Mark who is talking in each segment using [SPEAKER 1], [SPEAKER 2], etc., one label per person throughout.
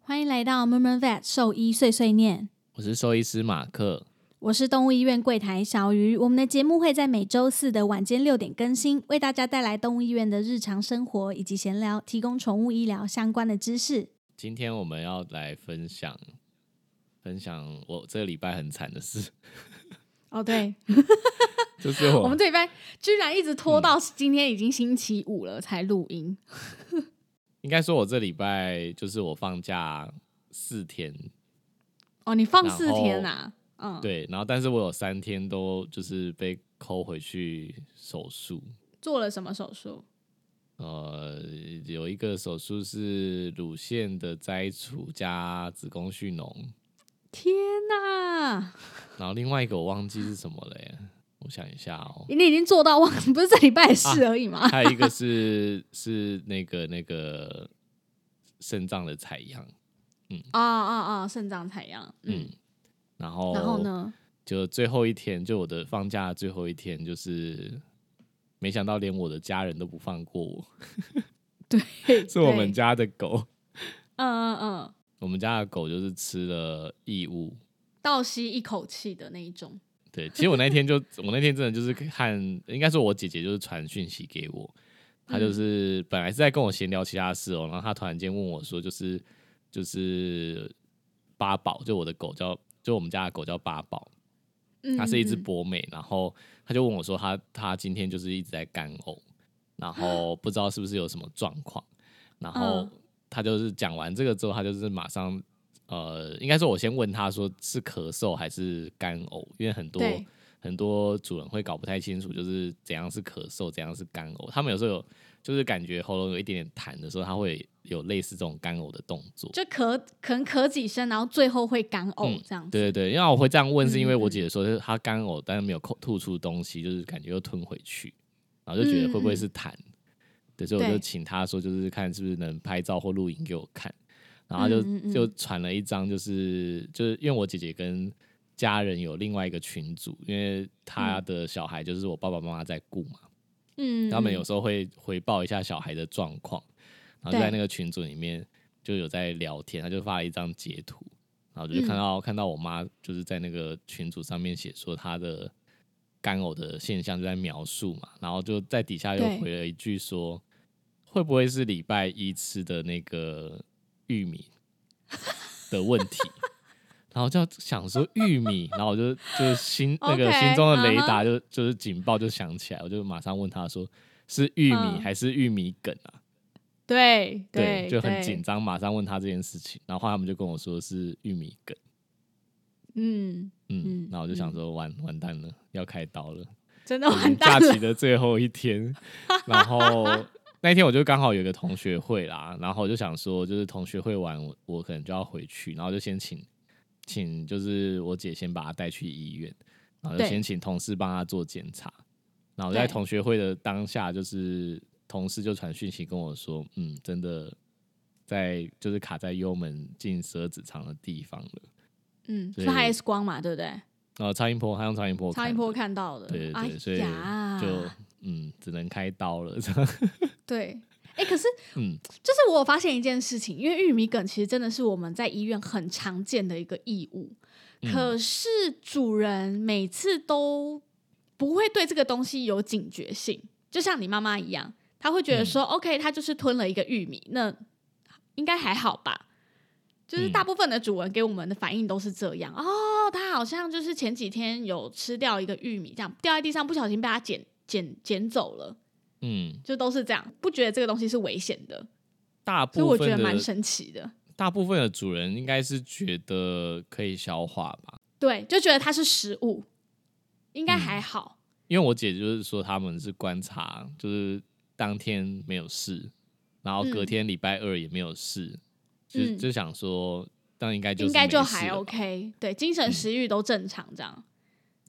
[SPEAKER 1] 欢迎来到 Murmur Vet 兽医碎碎念，
[SPEAKER 2] 我是兽医师马克。
[SPEAKER 1] 我是动物医院柜台小鱼。我们的节目会在每周四的晚间六点更新，为大家带来动物医院的日常生活以及闲聊，提供宠物医疗相关的知识。
[SPEAKER 2] 今天我们要来分享分享我这个礼拜很惨的 事，
[SPEAKER 1] 哦，对，
[SPEAKER 2] 就是
[SPEAKER 3] 我
[SPEAKER 2] 我
[SPEAKER 3] 们这礼拜居然一直拖到今天已经星期五了才录音，
[SPEAKER 2] 应该说，我这礼拜就是我放假四天，
[SPEAKER 3] 哦，你放四天啊？嗯，
[SPEAKER 2] 对，然后但是我有三天都就是被抠回去手术，
[SPEAKER 3] 做了什么手术？
[SPEAKER 2] 呃，有一个手术是乳腺的摘除加子宫蓄脓，
[SPEAKER 3] 天哪，
[SPEAKER 2] 然后另外一个我忘记是什么了耶，我想一下哦，
[SPEAKER 3] 你已经做到忘， 不是这礼拜的
[SPEAKER 2] 啊
[SPEAKER 3] 事而已吗？
[SPEAKER 2] 还有一个是是那个那个肾脏的采样，
[SPEAKER 3] 啊啊啊！肾脏采样，嗯，
[SPEAKER 2] 嗯，然后
[SPEAKER 3] 然后？呢？
[SPEAKER 2] 就最后一天，就我的放假的最后一天，就是没想到连我的家人都不放过我，
[SPEAKER 3] 对
[SPEAKER 2] 是我们，家的狗，
[SPEAKER 3] 嗯嗯嗯，
[SPEAKER 2] 我们家的狗就是吃了异物，
[SPEAKER 3] 倒吸一口气的那一种，
[SPEAKER 2] 对，其实我那天就 我那天真的就是看，应该说我姐姐就是传讯息给我，她就是本来是在跟我闲聊其他事哦、然后她突然间问我说、就是，就是八宝，就我的狗叫，就我们家的狗叫八宝，
[SPEAKER 3] 嗯，
[SPEAKER 2] 它是一只
[SPEAKER 3] 嗯嗯
[SPEAKER 2] 博美，然后她就问我说她，她今天就是一直在干呕，然后不知道是不是有什么状况，然后
[SPEAKER 3] 嗯
[SPEAKER 2] 她就是讲完这个之后，她就是马上。呃，应该说，我先问她说是咳嗽还是干呕，因为很多
[SPEAKER 3] 对
[SPEAKER 2] 很多主人会搞不太清楚，就是怎样是咳嗽，怎样是干呕。他们有时候有，就是感觉喉咙有一点点痰的时候，他会有类似这种干呕的动作。
[SPEAKER 3] 就咳，可能咳几声，然后最后会干
[SPEAKER 2] 嗯
[SPEAKER 3] 呕这样子，
[SPEAKER 2] 对对对，因为我会这样问，是因为
[SPEAKER 3] 嗯嗯
[SPEAKER 2] 我姐姐说，就是她干呕，但是没有口吐出东西，就是感觉又吞回去，然后就觉得会不会是痰？对，所以我就
[SPEAKER 3] 嗯对
[SPEAKER 2] 请她说，就是看是不是能拍照或录影给我看。然后她就、
[SPEAKER 3] 嗯嗯嗯
[SPEAKER 2] 就传了一张，就是就是因为我姐姐跟家人有另外一个群组，因为她
[SPEAKER 3] 嗯
[SPEAKER 2] 的小孩就是我爸爸妈妈在顾嘛。
[SPEAKER 3] 嗯，嗯，
[SPEAKER 2] 他们有时候会回报一下小孩的状况，然后就
[SPEAKER 3] 对
[SPEAKER 2] 在那个群组里面就有在聊天，他就发了一张截图，然后我就
[SPEAKER 3] 嗯
[SPEAKER 2] 看到、看到我妈就是在那个群组上面写说她的干呕的现象就在描述嘛，然后就在底下又
[SPEAKER 3] 对
[SPEAKER 2] 回了一句说，会不会是礼拜一吃的那个玉米的问题？ 然后就想说玉米，然后我就就是心那 个
[SPEAKER 3] OK，
[SPEAKER 2] 心中的雷
[SPEAKER 3] 嗯哼
[SPEAKER 2] 达就就是警报就响起来，我就马上问他说是玉米
[SPEAKER 3] 嗯
[SPEAKER 2] 还是玉米梗啊？
[SPEAKER 3] 对
[SPEAKER 2] 对，就很
[SPEAKER 3] 对
[SPEAKER 2] 紧张，马上问他这件事情。然后后来他们就跟我说是玉米梗，
[SPEAKER 3] 嗯，
[SPEAKER 2] 嗯
[SPEAKER 3] 嗯，
[SPEAKER 2] 然后我就想说完完蛋了，要开刀了，
[SPEAKER 3] 真的
[SPEAKER 2] 我
[SPEAKER 3] 完
[SPEAKER 2] 们
[SPEAKER 3] 蛋
[SPEAKER 2] 假
[SPEAKER 3] 了
[SPEAKER 2] 期，的最后一天，然 后那天我就刚好有一个同学会啦，然后我就想说，就是同学会完，我我可能就要回去，然后就先请请就是我姐先把她带去医院，然后就
[SPEAKER 3] 对
[SPEAKER 2] 先请同事帮她做检查，然后在
[SPEAKER 3] 对
[SPEAKER 2] 同学会的当下，就是同事就传讯息跟我说，嗯，真的在就是卡在幽门近十二指肠的地方了，
[SPEAKER 3] 嗯，
[SPEAKER 2] 所
[SPEAKER 3] 是
[SPEAKER 2] 以
[SPEAKER 3] X 光嘛，对不对？
[SPEAKER 2] 然后超音波，他用超音波看的，
[SPEAKER 3] 超音波啊看到的，
[SPEAKER 2] 对对对，所
[SPEAKER 3] 哎
[SPEAKER 2] 以
[SPEAKER 3] 呀，
[SPEAKER 2] 就嗯，只能开刀了。 这样
[SPEAKER 3] 对。哎、可是
[SPEAKER 2] 嗯，
[SPEAKER 3] 就是我有发现一件事情，因为玉米梗其实真的是我们在医院很常见的一个异物，
[SPEAKER 2] 嗯
[SPEAKER 3] 可是主人每次都不会对这个东西有警觉性，就像你妈妈一样，她会
[SPEAKER 2] 嗯
[SPEAKER 3] 觉得说、o k 她就是吞了一个玉米，那应该还好吧。就是
[SPEAKER 2] 嗯
[SPEAKER 3] 大部分的主人给我们的反应都是这样、哦，他好像就是前几天有吃掉一个玉米，这样掉在地上，不小心被他捡捡捡走了，
[SPEAKER 2] 嗯，
[SPEAKER 3] 就都是这样，不觉得这个东西是危险的，
[SPEAKER 2] 大
[SPEAKER 3] 所以
[SPEAKER 2] 部
[SPEAKER 3] 我觉得
[SPEAKER 2] 分
[SPEAKER 3] 蛮
[SPEAKER 2] 的
[SPEAKER 3] 神奇的。
[SPEAKER 2] 大部分的主人应该是觉得可以消化吧。
[SPEAKER 3] 对，就觉得它是食物，应该还好。
[SPEAKER 2] 因为我姐就是说他们是观察，就是当天没有事，然后隔
[SPEAKER 3] 嗯
[SPEAKER 2] 天礼拜二也没有事，就
[SPEAKER 3] 嗯
[SPEAKER 2] 就想说，那应该嗯就是
[SPEAKER 3] 应该
[SPEAKER 2] 没
[SPEAKER 3] 就
[SPEAKER 2] 事
[SPEAKER 3] 还
[SPEAKER 2] 了吧
[SPEAKER 3] OK，对，精神食欲都正常这样。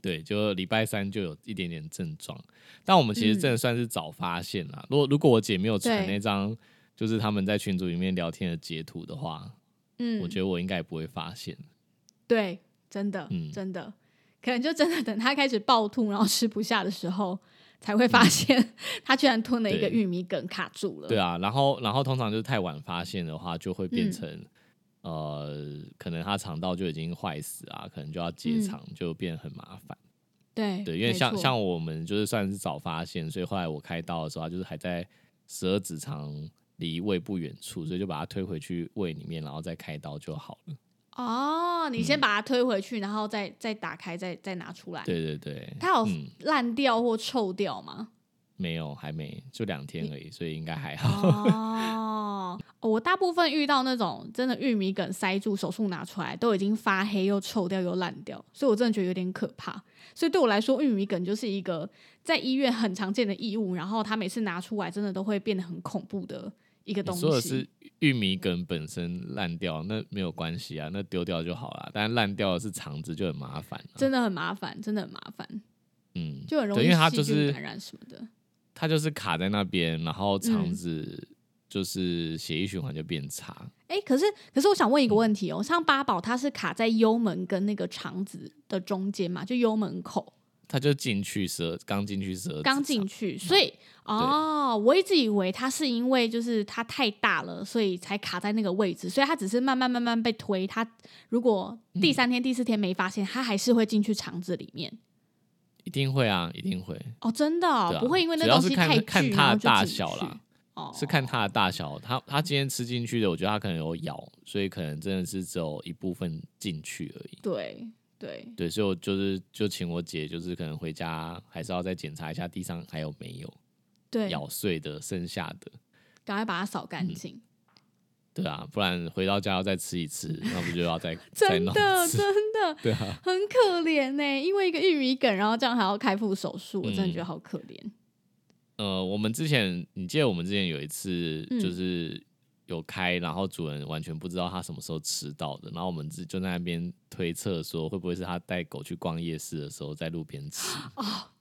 [SPEAKER 2] 对，就礼拜三就有一点点症状，但我们其实真的算是早发现啦。如果如果我姐没有传
[SPEAKER 3] 嗯对
[SPEAKER 2] 那张就是他们在群组里面聊天的截图的话，
[SPEAKER 3] 嗯，
[SPEAKER 2] 我觉得我应该也不会发现。
[SPEAKER 3] 对，真的，
[SPEAKER 2] 嗯
[SPEAKER 3] 真的，可能就真的等他开始暴吐，然后吃不下的时候，才会发 现他居然吞了一个
[SPEAKER 2] 对
[SPEAKER 3] 玉米梗卡住了。
[SPEAKER 2] 对啊，然后然后通常就是太晚发现的话，就会变
[SPEAKER 3] 嗯
[SPEAKER 2] 成、呃，可能他肠道就已经坏死啊，可能就要结
[SPEAKER 3] 嗯
[SPEAKER 2] 肠，就变很麻烦。
[SPEAKER 3] 对
[SPEAKER 2] 对，因为
[SPEAKER 3] 没
[SPEAKER 2] 像
[SPEAKER 3] 错
[SPEAKER 2] 像我们就是算是早发现，所以后来我开刀的时候，他就是还在十二指肠离胃不远处，所以就把它推回去胃里面，然后再开刀就好了。
[SPEAKER 3] 哦，你先把它推回去，然后再再打开，再再拿出来。
[SPEAKER 2] 对对对，
[SPEAKER 3] 它有
[SPEAKER 2] 嗯
[SPEAKER 3] 烂掉或臭掉吗？
[SPEAKER 2] 没有还没就两天而已，所以应该还好。
[SPEAKER 3] 哦， 我大部分遇到那种真的玉米梗塞住，手术拿出来都已经发黑又臭掉又烂掉，所以我真的觉得有点可怕。所以对我来说，玉米梗就是一个在医院很常见的异物，然后它每次拿出来真的都会变得很恐怖的一个东
[SPEAKER 2] 你
[SPEAKER 3] 西。
[SPEAKER 2] 说的是玉米梗本身烂掉，那没有关系啊，那丢掉就好了。但烂掉的是肠子就很麻烦、啊，
[SPEAKER 3] 真的很麻烦，真的很麻烦，
[SPEAKER 2] 嗯，
[SPEAKER 3] 就很容
[SPEAKER 2] 对
[SPEAKER 3] 易
[SPEAKER 2] 因为它
[SPEAKER 3] 细
[SPEAKER 2] 就
[SPEAKER 3] 菌
[SPEAKER 2] 是
[SPEAKER 3] 感染什么的。
[SPEAKER 2] 它就是卡在那边，然后肠
[SPEAKER 3] 嗯
[SPEAKER 2] 子就是血液循环就变差。
[SPEAKER 3] 哎、可是可是我想问一个问题哦，像八宝它是卡在幽门跟那个肠子的中间嘛，就幽门口。
[SPEAKER 2] 他就进去蛇，刚进去蛇，
[SPEAKER 3] 刚进，去，所以哦，我一直以为它是因为就是它太大了，所以才卡在那个位置，所以它只是慢慢慢慢被推。它如果第
[SPEAKER 2] 嗯
[SPEAKER 3] 三天、第四天没发现，它还是会进去肠子里面。
[SPEAKER 2] 一定会啊，一定会，
[SPEAKER 3] 哦，真的、哦
[SPEAKER 2] 对啊
[SPEAKER 3] 不会因为那
[SPEAKER 2] 主要
[SPEAKER 3] 东
[SPEAKER 2] 是
[SPEAKER 3] 西
[SPEAKER 2] 看
[SPEAKER 3] 太巨，
[SPEAKER 2] 看
[SPEAKER 3] 然
[SPEAKER 2] 它
[SPEAKER 3] 后
[SPEAKER 2] 的
[SPEAKER 3] 就
[SPEAKER 2] 大
[SPEAKER 3] 进
[SPEAKER 2] 小
[SPEAKER 3] 去
[SPEAKER 2] 啦，
[SPEAKER 3] 哦，
[SPEAKER 2] 是看它的大小。它它今天吃进去的，我觉得它可能有咬，所以可能真的是只有一部分进去而已。
[SPEAKER 3] 对对，
[SPEAKER 2] 对，所以我就是就请我姐，就是可能回家还是要再检查一下地上还有没有
[SPEAKER 3] 对，
[SPEAKER 2] 咬碎的剩下的，
[SPEAKER 3] 赶快把它扫
[SPEAKER 2] 嗯
[SPEAKER 3] 干净。
[SPEAKER 2] 对啊，不然回到家要再吃一次，那不就要再 再
[SPEAKER 3] 真
[SPEAKER 2] 弄
[SPEAKER 3] 的，真
[SPEAKER 2] 一次？
[SPEAKER 3] 的
[SPEAKER 2] 对啊，
[SPEAKER 3] 很可怜呢、因为一个玉米梗，然后这样还要开腹手术，我真的
[SPEAKER 2] 嗯
[SPEAKER 3] 觉得好可怜。
[SPEAKER 2] 呃，我们之前你记得我们之前有一次
[SPEAKER 3] 嗯
[SPEAKER 2] 就是有开，然后主人完全不知道他什么时候吃到的，然后我们自就在那边推测说会不会是他带狗去逛夜市的时候在路边吃，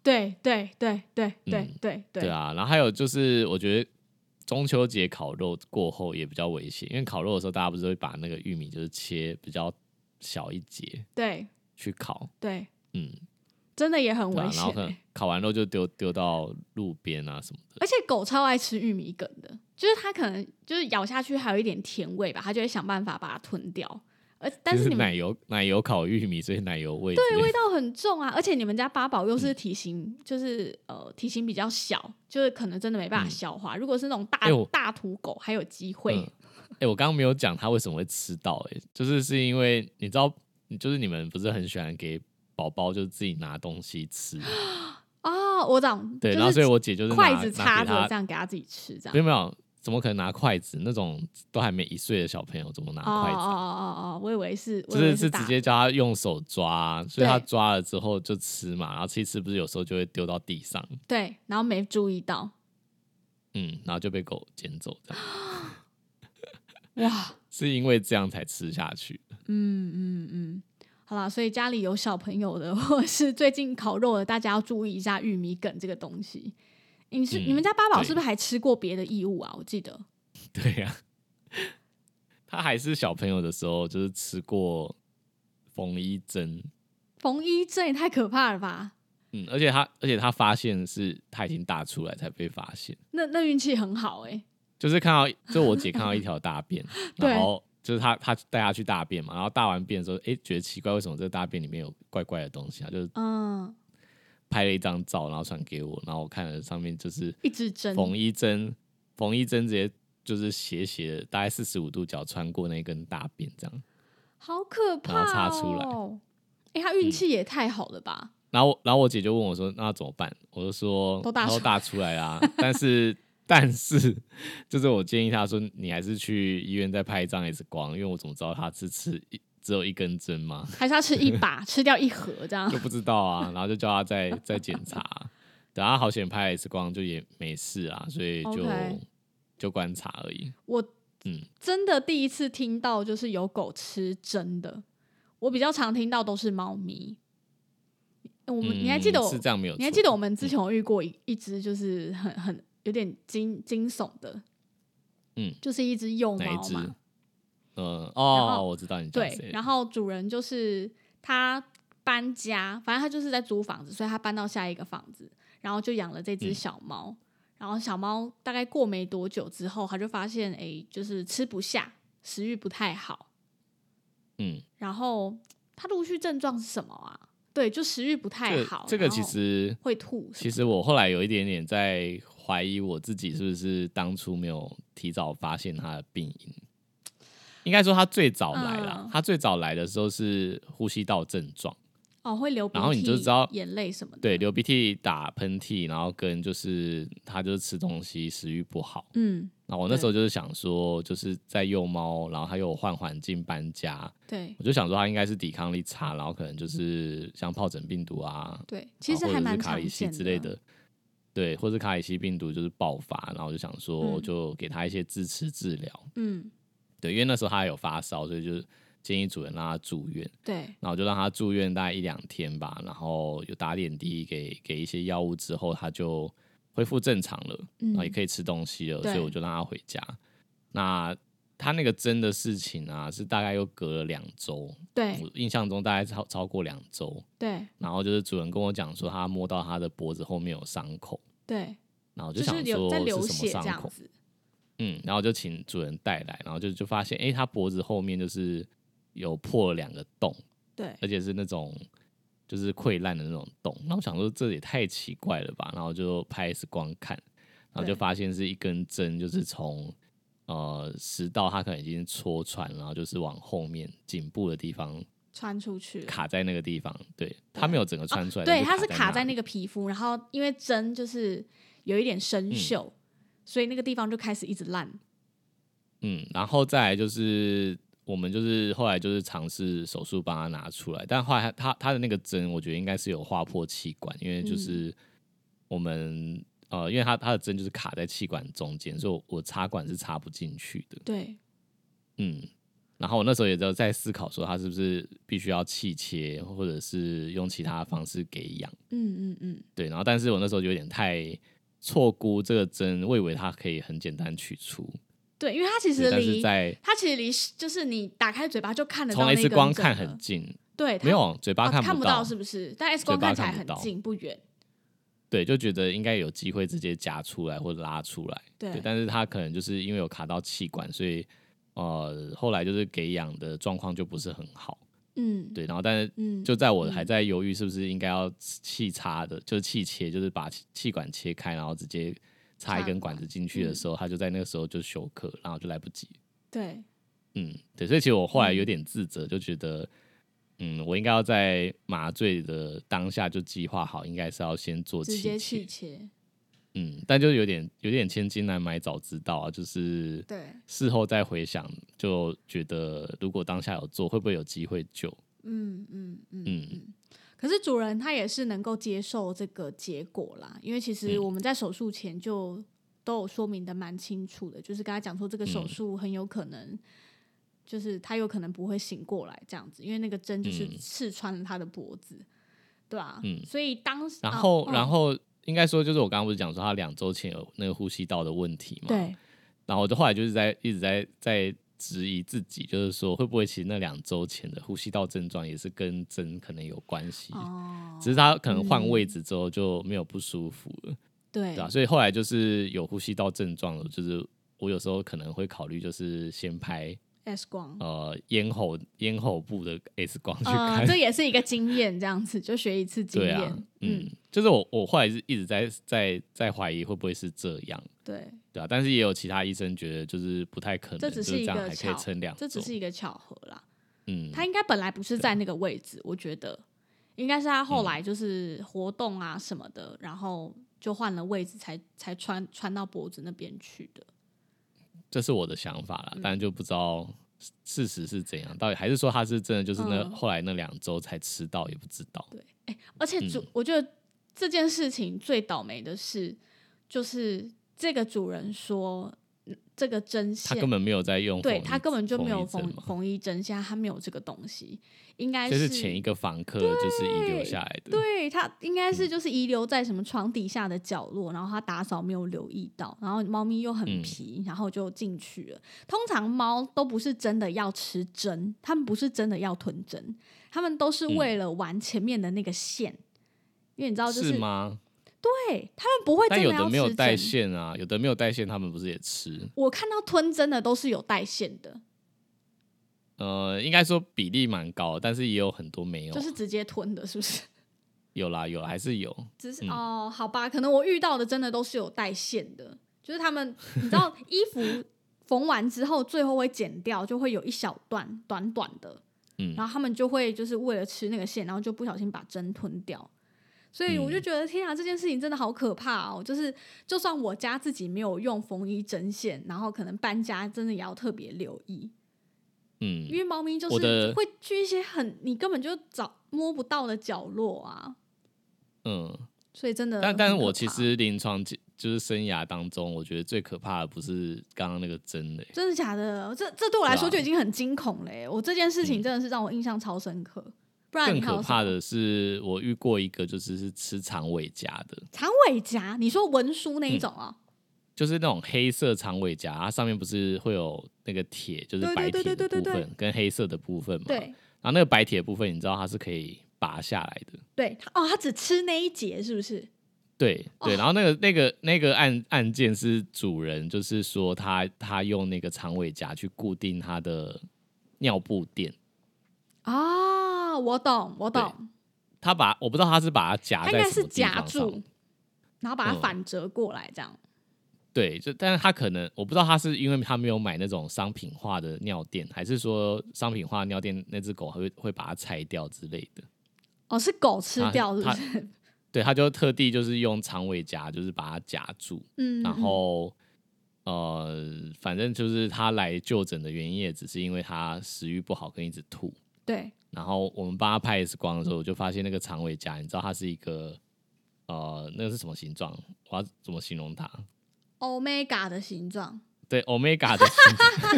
[SPEAKER 3] 对对对对对
[SPEAKER 2] 嗯
[SPEAKER 3] 对
[SPEAKER 2] 对啊，然后还有就是我觉得。中秋节烤肉过后也比较危险，因为烤肉的时候大家不是会把那个玉米就是切比较小一节
[SPEAKER 3] 对
[SPEAKER 2] 去烤，
[SPEAKER 3] 对，
[SPEAKER 2] 嗯，
[SPEAKER 3] 真的也很
[SPEAKER 2] 对
[SPEAKER 3] 危
[SPEAKER 2] 啊，然
[SPEAKER 3] 险
[SPEAKER 2] 后可
[SPEAKER 3] 欸、
[SPEAKER 2] 能烤完肉就丢丢到路边啊什么的，
[SPEAKER 3] 而且狗超爱吃玉米梗的，就是它可能就是咬下去还有一点甜味吧，它就会想办法把它吞掉。而但
[SPEAKER 2] 就是是
[SPEAKER 3] 你们
[SPEAKER 2] 奶油奶油烤玉米，所以奶油味之
[SPEAKER 3] 对
[SPEAKER 2] 类
[SPEAKER 3] 味道很重啊，而且你们家八宝又
[SPEAKER 2] 嗯
[SPEAKER 3] 是体型、就是呃体型比较小，就是可能真的没办法
[SPEAKER 2] 嗯
[SPEAKER 3] 消化。如果是那种大、
[SPEAKER 2] 哎我
[SPEAKER 3] 大土狗，还有机会。
[SPEAKER 2] 嗯哎、我刚刚没有讲它为什么会吃到、欸，就是是因为你知道，就是你们不是很喜欢给宝宝就自己拿东西吃，
[SPEAKER 3] 哦，我懂，
[SPEAKER 2] 对，
[SPEAKER 3] 就
[SPEAKER 2] 然后
[SPEAKER 3] 是
[SPEAKER 2] 所以我姐就是拿
[SPEAKER 3] 筷子
[SPEAKER 2] 拿
[SPEAKER 3] 插
[SPEAKER 2] 给
[SPEAKER 3] 着这
[SPEAKER 2] 他，
[SPEAKER 3] 样给它自己吃，这样
[SPEAKER 2] 没。有没有，怎么可能拿筷子？那种都还没一岁的小朋友怎么拿
[SPEAKER 3] 哦哦
[SPEAKER 2] 筷子
[SPEAKER 3] 哦
[SPEAKER 2] 啊？
[SPEAKER 3] 哦哦，我以为是，我
[SPEAKER 2] 就
[SPEAKER 3] 以为
[SPEAKER 2] 是是
[SPEAKER 3] 大
[SPEAKER 2] 直接叫他用手抓啊，所以他
[SPEAKER 3] 对
[SPEAKER 2] 抓了之后就吃嘛，然后吃一吃不是有时候就会丢到地上，
[SPEAKER 3] 对，然后没注意到，
[SPEAKER 2] 嗯，然后就被狗捡走，这 样
[SPEAKER 3] 哇，
[SPEAKER 2] 是因为这样才吃下去。
[SPEAKER 3] 嗯嗯嗯，好啦，所以家里有小朋友的， 或者是最近烤肉的，大家要注意一下玉米梗这个东西。你是、你们
[SPEAKER 2] 嗯
[SPEAKER 3] 家八宝
[SPEAKER 2] 对
[SPEAKER 3] 是不是还吃过别的异物啊？我记得
[SPEAKER 2] 对呀、他还是小朋友的时候，就是吃过缝衣针，
[SPEAKER 3] 缝衣针也太可怕了吧？
[SPEAKER 2] 嗯，而且他而且他发现是他已经大出来才被发现，
[SPEAKER 3] 那那运气很好哎、
[SPEAKER 2] 就是看到就我姐看到一条大便，
[SPEAKER 3] 对
[SPEAKER 2] 然后就是他他带他去大便嘛，然后大完便的时候，哎、觉得奇怪，为什么这个大便里面有怪怪的东西啊？就是
[SPEAKER 3] 嗯，
[SPEAKER 2] 拍了一张照，然后传给我，然后我看了上面就是
[SPEAKER 3] 一支针，
[SPEAKER 2] 缝衣针，缝衣针直接就是斜斜的，大概四十五度角穿过那根大便这样。
[SPEAKER 3] 好可怕、
[SPEAKER 2] 然
[SPEAKER 3] 哦！
[SPEAKER 2] 后插出来嗯
[SPEAKER 3] 哎、他运气也太好了吧？
[SPEAKER 2] 然后我然后我姐就问我说：“那怎么办？”我就说：“
[SPEAKER 3] 都大出来
[SPEAKER 2] 大出来啦、 但是但是，就是我建议她说，你还是去医院再拍一张 X 光，因为我怎么知道她是吃一只有一 根针吗？
[SPEAKER 3] 还是要吃一把，吃掉一盒这样
[SPEAKER 2] 就？不知道啊。然后就叫她再再检查，等下好险拍了一次光，就也没事啊，所以就
[SPEAKER 3] OK
[SPEAKER 2] 就观察而已。
[SPEAKER 3] 我
[SPEAKER 2] 嗯
[SPEAKER 3] 真的第一次听到就是有狗吃真的，我比较常听到都是猫咪。我们、你还记得
[SPEAKER 2] 嗯
[SPEAKER 3] 我
[SPEAKER 2] 是这样嗯没有错？
[SPEAKER 3] 你还记得我们之前有遇过一一只就是很很有点惊惊悚的，
[SPEAKER 2] 嗯，
[SPEAKER 3] 就是一只幼
[SPEAKER 2] 哪一
[SPEAKER 3] 猫
[SPEAKER 2] 只
[SPEAKER 3] 嘛，？
[SPEAKER 2] 嗯，
[SPEAKER 3] 然
[SPEAKER 2] 哦，
[SPEAKER 3] 后
[SPEAKER 2] 我知道你讲
[SPEAKER 3] 对
[SPEAKER 2] 谁，了。
[SPEAKER 3] 然后主人就是他搬家，反正他就是在租房子，所以他搬到下一个房子，然后就养了这只
[SPEAKER 2] 嗯
[SPEAKER 3] 小猫。然后小猫大概过没多久之后，他就发现哎，就是吃不下，食欲不太好。
[SPEAKER 2] 嗯，
[SPEAKER 3] 然后他陆续症状是什么啊？对，就食欲不太
[SPEAKER 2] 这
[SPEAKER 3] 好。
[SPEAKER 2] 这个
[SPEAKER 3] 然后
[SPEAKER 2] 其实
[SPEAKER 3] 会吐什么的，
[SPEAKER 2] 其实我后来有一点点在怀疑我自己是不是当初没有提早发现他的病因。应该说他最早来啦，
[SPEAKER 3] 嗯
[SPEAKER 2] 他最早来的时候是呼吸道症状，
[SPEAKER 3] 哦会流鼻涕，
[SPEAKER 2] 然后你就知道
[SPEAKER 3] 眼泪什么的。
[SPEAKER 2] 对，流鼻涕、打喷嚏，然后跟就是他就是吃东西食欲不好。
[SPEAKER 3] 嗯，
[SPEAKER 2] 然后我那时候就是想说，就是在幼猫，然后它又换环境搬家，
[SPEAKER 3] 对
[SPEAKER 2] 我就想说它应该是抵抗力差，然后可能就是像疱疹病毒啊，
[SPEAKER 3] 对，其
[SPEAKER 2] 啊
[SPEAKER 3] 实
[SPEAKER 2] 或
[SPEAKER 3] 还
[SPEAKER 2] 者是
[SPEAKER 3] 蛮
[SPEAKER 2] 卡
[SPEAKER 3] 常
[SPEAKER 2] 里西
[SPEAKER 3] 见啊
[SPEAKER 2] 之类的，对，或是卡里西病毒就是爆发，然后我就想说
[SPEAKER 3] 嗯
[SPEAKER 2] 就给它一些支持治疗，
[SPEAKER 3] 嗯，
[SPEAKER 2] 对，因为那时候它还有发烧，所以就是建议主人让它住院，
[SPEAKER 3] 对，
[SPEAKER 2] 然后就让它住院大概一两天吧，然后有打点滴给给一些药物之后，它就恢复正常了，然后也
[SPEAKER 3] 嗯，
[SPEAKER 2] 可以吃东西了，
[SPEAKER 3] 对
[SPEAKER 2] 所以我就让它回家。那他那个针的事情啊，是大概又隔了两周，
[SPEAKER 3] 对
[SPEAKER 2] 我印象中大概超超过两周。
[SPEAKER 3] 对
[SPEAKER 2] 然后就是主人跟我讲说，他摸到他的脖子后面有伤口，
[SPEAKER 3] 对，
[SPEAKER 2] 然后我
[SPEAKER 3] 就
[SPEAKER 2] 想
[SPEAKER 3] 是流
[SPEAKER 2] 说
[SPEAKER 3] 在流
[SPEAKER 2] 是什
[SPEAKER 3] 血这
[SPEAKER 2] 么伤
[SPEAKER 3] 样
[SPEAKER 2] 口，
[SPEAKER 3] 子，
[SPEAKER 2] 嗯，然后就请主人带来，然后就就发现，哎、他脖子后面就是有破了两个洞，
[SPEAKER 3] 对
[SPEAKER 2] 而且是那种就是溃烂的那种洞。然后我想说这也太奇怪了吧，然后就拍 X 光看，然后
[SPEAKER 3] 对
[SPEAKER 2] 就发现是一根针，就是从呃食道它可能已经戳穿，然后就是往后面颈部的地方
[SPEAKER 3] 穿出去了，
[SPEAKER 2] 卡在那个地方。对，它没有整个穿出来，
[SPEAKER 3] 哦对，它
[SPEAKER 2] 它
[SPEAKER 3] 是卡在
[SPEAKER 2] 那
[SPEAKER 3] 那
[SPEAKER 2] 里。
[SPEAKER 3] 个皮肤，然后因为针就是有一点生
[SPEAKER 2] 嗯
[SPEAKER 3] 锈，所以那个地方就开始一直烂，
[SPEAKER 2] 嗯，然后再来就是。我们就是后来就是尝试手术帮他拿出来，但后来他他他的那个针，我觉得应该是有划破气管，因为就
[SPEAKER 3] 嗯
[SPEAKER 2] 是我们、呃，因为他他的针就是卡在气管中间，所以我我插管是插不进去的。
[SPEAKER 3] 对
[SPEAKER 2] 嗯，然后我那时候也就在思考说，他是不是必须要气切，或者是用其他方式给氧。
[SPEAKER 3] 嗯嗯嗯，
[SPEAKER 2] 对，然后但是我那时候有点太错估这个针，我以为它可以很简单取出，
[SPEAKER 3] 对，因为它其
[SPEAKER 2] 对
[SPEAKER 3] 实
[SPEAKER 2] 但是
[SPEAKER 3] 离
[SPEAKER 2] 在
[SPEAKER 3] 它其实离就是你打开嘴巴就看得
[SPEAKER 2] 从
[SPEAKER 3] 到
[SPEAKER 2] X
[SPEAKER 3] 那
[SPEAKER 2] 光
[SPEAKER 3] 根针
[SPEAKER 2] 看
[SPEAKER 3] 了
[SPEAKER 2] 很近，
[SPEAKER 3] 对，它
[SPEAKER 2] 没有嘴巴
[SPEAKER 3] 哦看
[SPEAKER 2] 不
[SPEAKER 3] 到是不是？但 X 光
[SPEAKER 2] 嘴
[SPEAKER 3] 看
[SPEAKER 2] 巴
[SPEAKER 3] 起来
[SPEAKER 2] 看不
[SPEAKER 3] 很
[SPEAKER 2] 到
[SPEAKER 3] 近不远，
[SPEAKER 2] 对，就觉得应该有机会直接夹出来或者拉出来，
[SPEAKER 3] 对
[SPEAKER 2] 对，但是它可能就是因为有卡到气管，所以呃后来就是给氧的状况就不是很好，
[SPEAKER 3] 嗯
[SPEAKER 2] 对，然后但是
[SPEAKER 3] 嗯，
[SPEAKER 2] 就在我还在犹豫是不是应该要气插的，就是气切，就是把气气管切开，然后直接插一
[SPEAKER 3] 插嗯
[SPEAKER 2] 根
[SPEAKER 3] 管
[SPEAKER 2] 管子进去的时候，他就在那个时候就休克，然后就来不及。
[SPEAKER 3] 对
[SPEAKER 2] 嗯，对，所以其实我后
[SPEAKER 3] 嗯
[SPEAKER 2] 来有点自责，就觉得，嗯，我应该要在麻醉的当下就计划好，应该是要先做
[SPEAKER 3] 直接
[SPEAKER 2] 气
[SPEAKER 3] 气
[SPEAKER 2] 切。
[SPEAKER 3] 切，
[SPEAKER 2] 嗯，但就有点有点千金难买早知道啊，就是
[SPEAKER 3] 对，
[SPEAKER 2] 事后再回想，就觉得如果当下有做，会不会有机会救？
[SPEAKER 3] 嗯嗯嗯
[SPEAKER 2] 嗯
[SPEAKER 3] 嗯。可是主人他也是能够接受这个结果啦，因为其实
[SPEAKER 2] 嗯
[SPEAKER 3] 我们在手术前就都有说明的蛮清楚的，就是跟他讲说这个手
[SPEAKER 2] 嗯
[SPEAKER 3] 术很有可能，就是他有可能不会醒过来这样子，因为那个针就是
[SPEAKER 2] 嗯
[SPEAKER 3] 刺穿了他的脖子，对吧、
[SPEAKER 2] 嗯
[SPEAKER 3] 所以当时
[SPEAKER 2] 然后，
[SPEAKER 3] 啊
[SPEAKER 2] 然
[SPEAKER 3] 嗯
[SPEAKER 2] 后应该说就是我刚刚不是讲说他两周前有那个呼吸道的问题嘛？。
[SPEAKER 3] 对
[SPEAKER 2] 然后我就后来就是在一直在在质疑自己，就是说会不会其实那两周前的呼吸道症状也是跟针可能有关系，
[SPEAKER 3] 哦，
[SPEAKER 2] 嗯只是他可能换
[SPEAKER 3] 嗯
[SPEAKER 2] 位置之后就没有不舒服了，
[SPEAKER 3] 对
[SPEAKER 2] 对啊吧、所以后来就是有呼吸道症状了，就是我有时候可能会考虑就是先拍
[SPEAKER 3] X 光，
[SPEAKER 2] 呃咽喉咽喉部的 X 光去看，
[SPEAKER 3] 呃，这也是一个经验，这样子就学一次经
[SPEAKER 2] 对
[SPEAKER 3] 验，
[SPEAKER 2] 啊，嗯，就是我我后来是一直在在在怀疑会不会是这样。
[SPEAKER 3] 对，
[SPEAKER 2] 对啊，但是也有其他医生觉得就是不太可能，
[SPEAKER 3] 这只
[SPEAKER 2] 就是
[SPEAKER 3] 一
[SPEAKER 2] 样
[SPEAKER 3] 个
[SPEAKER 2] 还可以
[SPEAKER 3] 巧
[SPEAKER 2] 撑两周，
[SPEAKER 3] 这只是一个巧合啦。
[SPEAKER 2] 嗯，
[SPEAKER 3] 他应该本来不是在那个位置，我觉得应该是他
[SPEAKER 2] 嗯
[SPEAKER 3] 后来就是活动啊什么的，然后就换了位置才才穿穿到脖子那边去的。
[SPEAKER 2] 这是我的想
[SPEAKER 3] 嗯
[SPEAKER 2] 法啦，但就不知道事实是怎样，到底还是说他是真的就是那、
[SPEAKER 3] 嗯
[SPEAKER 2] 后来那两周才吃到，也不知道。
[SPEAKER 3] 而且主，我觉得这件事情最倒霉的是，就是这个主人说嗯这个针
[SPEAKER 2] 他
[SPEAKER 3] 线
[SPEAKER 2] 根本没有在用缝衣
[SPEAKER 3] 对
[SPEAKER 2] 针，
[SPEAKER 3] 他根本就没有
[SPEAKER 2] 缝
[SPEAKER 3] 缝
[SPEAKER 2] 衣针嘛
[SPEAKER 3] 缝衣针线，他没有这个东西，应该
[SPEAKER 2] 这是前一个房客就是遗留下来的，
[SPEAKER 3] 对他应该
[SPEAKER 2] 嗯
[SPEAKER 3] 是就是遗留在什么床底下的角落，然后他打扫没有留意到，然后猫咪又很
[SPEAKER 2] 嗯
[SPEAKER 3] 皮，然后就进去了。通常猫都不是真的要吃针，它们不是真的要吞针，它们都是
[SPEAKER 2] 嗯
[SPEAKER 3] 为了玩前面的那个线，因为你知道啊就是
[SPEAKER 2] 吗？
[SPEAKER 3] 对，它们不会真
[SPEAKER 2] 但有
[SPEAKER 3] 要
[SPEAKER 2] 的没有
[SPEAKER 3] 吃
[SPEAKER 2] 带
[SPEAKER 3] 针。
[SPEAKER 2] 线啊，有的没有带线，他们不是也吃？
[SPEAKER 3] 我看到吞针的都是有带线的，
[SPEAKER 2] 呃，应该说比例蛮高，但是也有很多没有，啊
[SPEAKER 3] 就是直接吞的，是不是？
[SPEAKER 2] 有啦有啦还是有，
[SPEAKER 3] 只是、
[SPEAKER 2] 嗯
[SPEAKER 3] 哦，好吧，可能我遇到的真的都是有带线的，就是他 们，你知道衣服缝完之后，最后会剪掉，就会有一小段短短的，
[SPEAKER 2] 嗯
[SPEAKER 3] 然后他们就会就是为了吃那个线，然后就不小心把针吞掉。所以我就
[SPEAKER 2] 嗯
[SPEAKER 3] 觉得，天啊，这件事情真的好可怕哦！就是，就算我家自己没有用缝衣针线，然后可能搬家真的也要特别留意，
[SPEAKER 2] 嗯
[SPEAKER 3] 因，为猫咪就
[SPEAKER 2] 我
[SPEAKER 3] 是
[SPEAKER 2] 的
[SPEAKER 3] 会去一些很你根本就找摸不到的角落啊，
[SPEAKER 2] 嗯，
[SPEAKER 3] 所以真呃的很可怕。
[SPEAKER 2] 但但是我其实临床就就是生涯当中，我觉得最可怕的不是刚刚那个针欸嘞、
[SPEAKER 3] 真的假的？这这对我来说
[SPEAKER 2] 对啊嗯
[SPEAKER 3] 就已经很惊恐了耶、我这件事情真的是让我印象超深刻。不然
[SPEAKER 2] 更
[SPEAKER 3] 你还有
[SPEAKER 2] 可怕
[SPEAKER 3] 什么
[SPEAKER 2] 的是我遇过一个就是是吃长尾夹的，
[SPEAKER 3] 长尾夹，你说文书
[SPEAKER 2] 嗯
[SPEAKER 3] 那一种啊？
[SPEAKER 2] 就是那种黑色长尾夹，它上面不是会有那个铁，就是
[SPEAKER 3] 对
[SPEAKER 2] 白
[SPEAKER 3] 对
[SPEAKER 2] 铁
[SPEAKER 3] 对
[SPEAKER 2] 的
[SPEAKER 3] 对对
[SPEAKER 2] 部
[SPEAKER 3] 对对
[SPEAKER 2] 分跟黑色的部分嘛。
[SPEAKER 3] 对
[SPEAKER 2] 然后那个白铁的部分，你知道它是可以拔下来的。
[SPEAKER 3] 对，它哦，它只吃那一节是不是？
[SPEAKER 2] 对
[SPEAKER 3] 哦
[SPEAKER 2] 对，然后那个那个那个案案件是主人，就是说他他用那个长尾夹去固定他的尿布垫，
[SPEAKER 3] 啊，我懂，我懂，
[SPEAKER 2] 他把我不知道他是把它夹
[SPEAKER 3] 它应
[SPEAKER 2] 在
[SPEAKER 3] 该
[SPEAKER 2] 什
[SPEAKER 3] 是
[SPEAKER 2] 么地
[SPEAKER 3] 夹
[SPEAKER 2] 方上
[SPEAKER 3] 住，然后把它
[SPEAKER 2] 嗯
[SPEAKER 3] 反折过来这样。
[SPEAKER 2] 对，就但是他可能我不知道他是因为他没有买那种商品化的尿垫，还是说商品化尿垫那只狗会会把它拆掉之类的。
[SPEAKER 3] 哦，是狗吃
[SPEAKER 2] 它
[SPEAKER 3] 掉是不
[SPEAKER 2] 它
[SPEAKER 3] 是？
[SPEAKER 2] 对，他就特地就是用长尾夹，就是把它夹住，
[SPEAKER 3] 嗯，
[SPEAKER 2] 然
[SPEAKER 3] 嗯
[SPEAKER 2] 后呃，反正就是他来就诊的原因也只是因为他食欲不好跟一直吐。
[SPEAKER 3] 对，
[SPEAKER 2] 然后我们帮他拍 X 光的时候，我就发现那个长尾夹，你知道它是一个呃，那个是什么形状？我要怎么形容它？
[SPEAKER 3] omega 的形状，
[SPEAKER 2] 对，omega 的形状。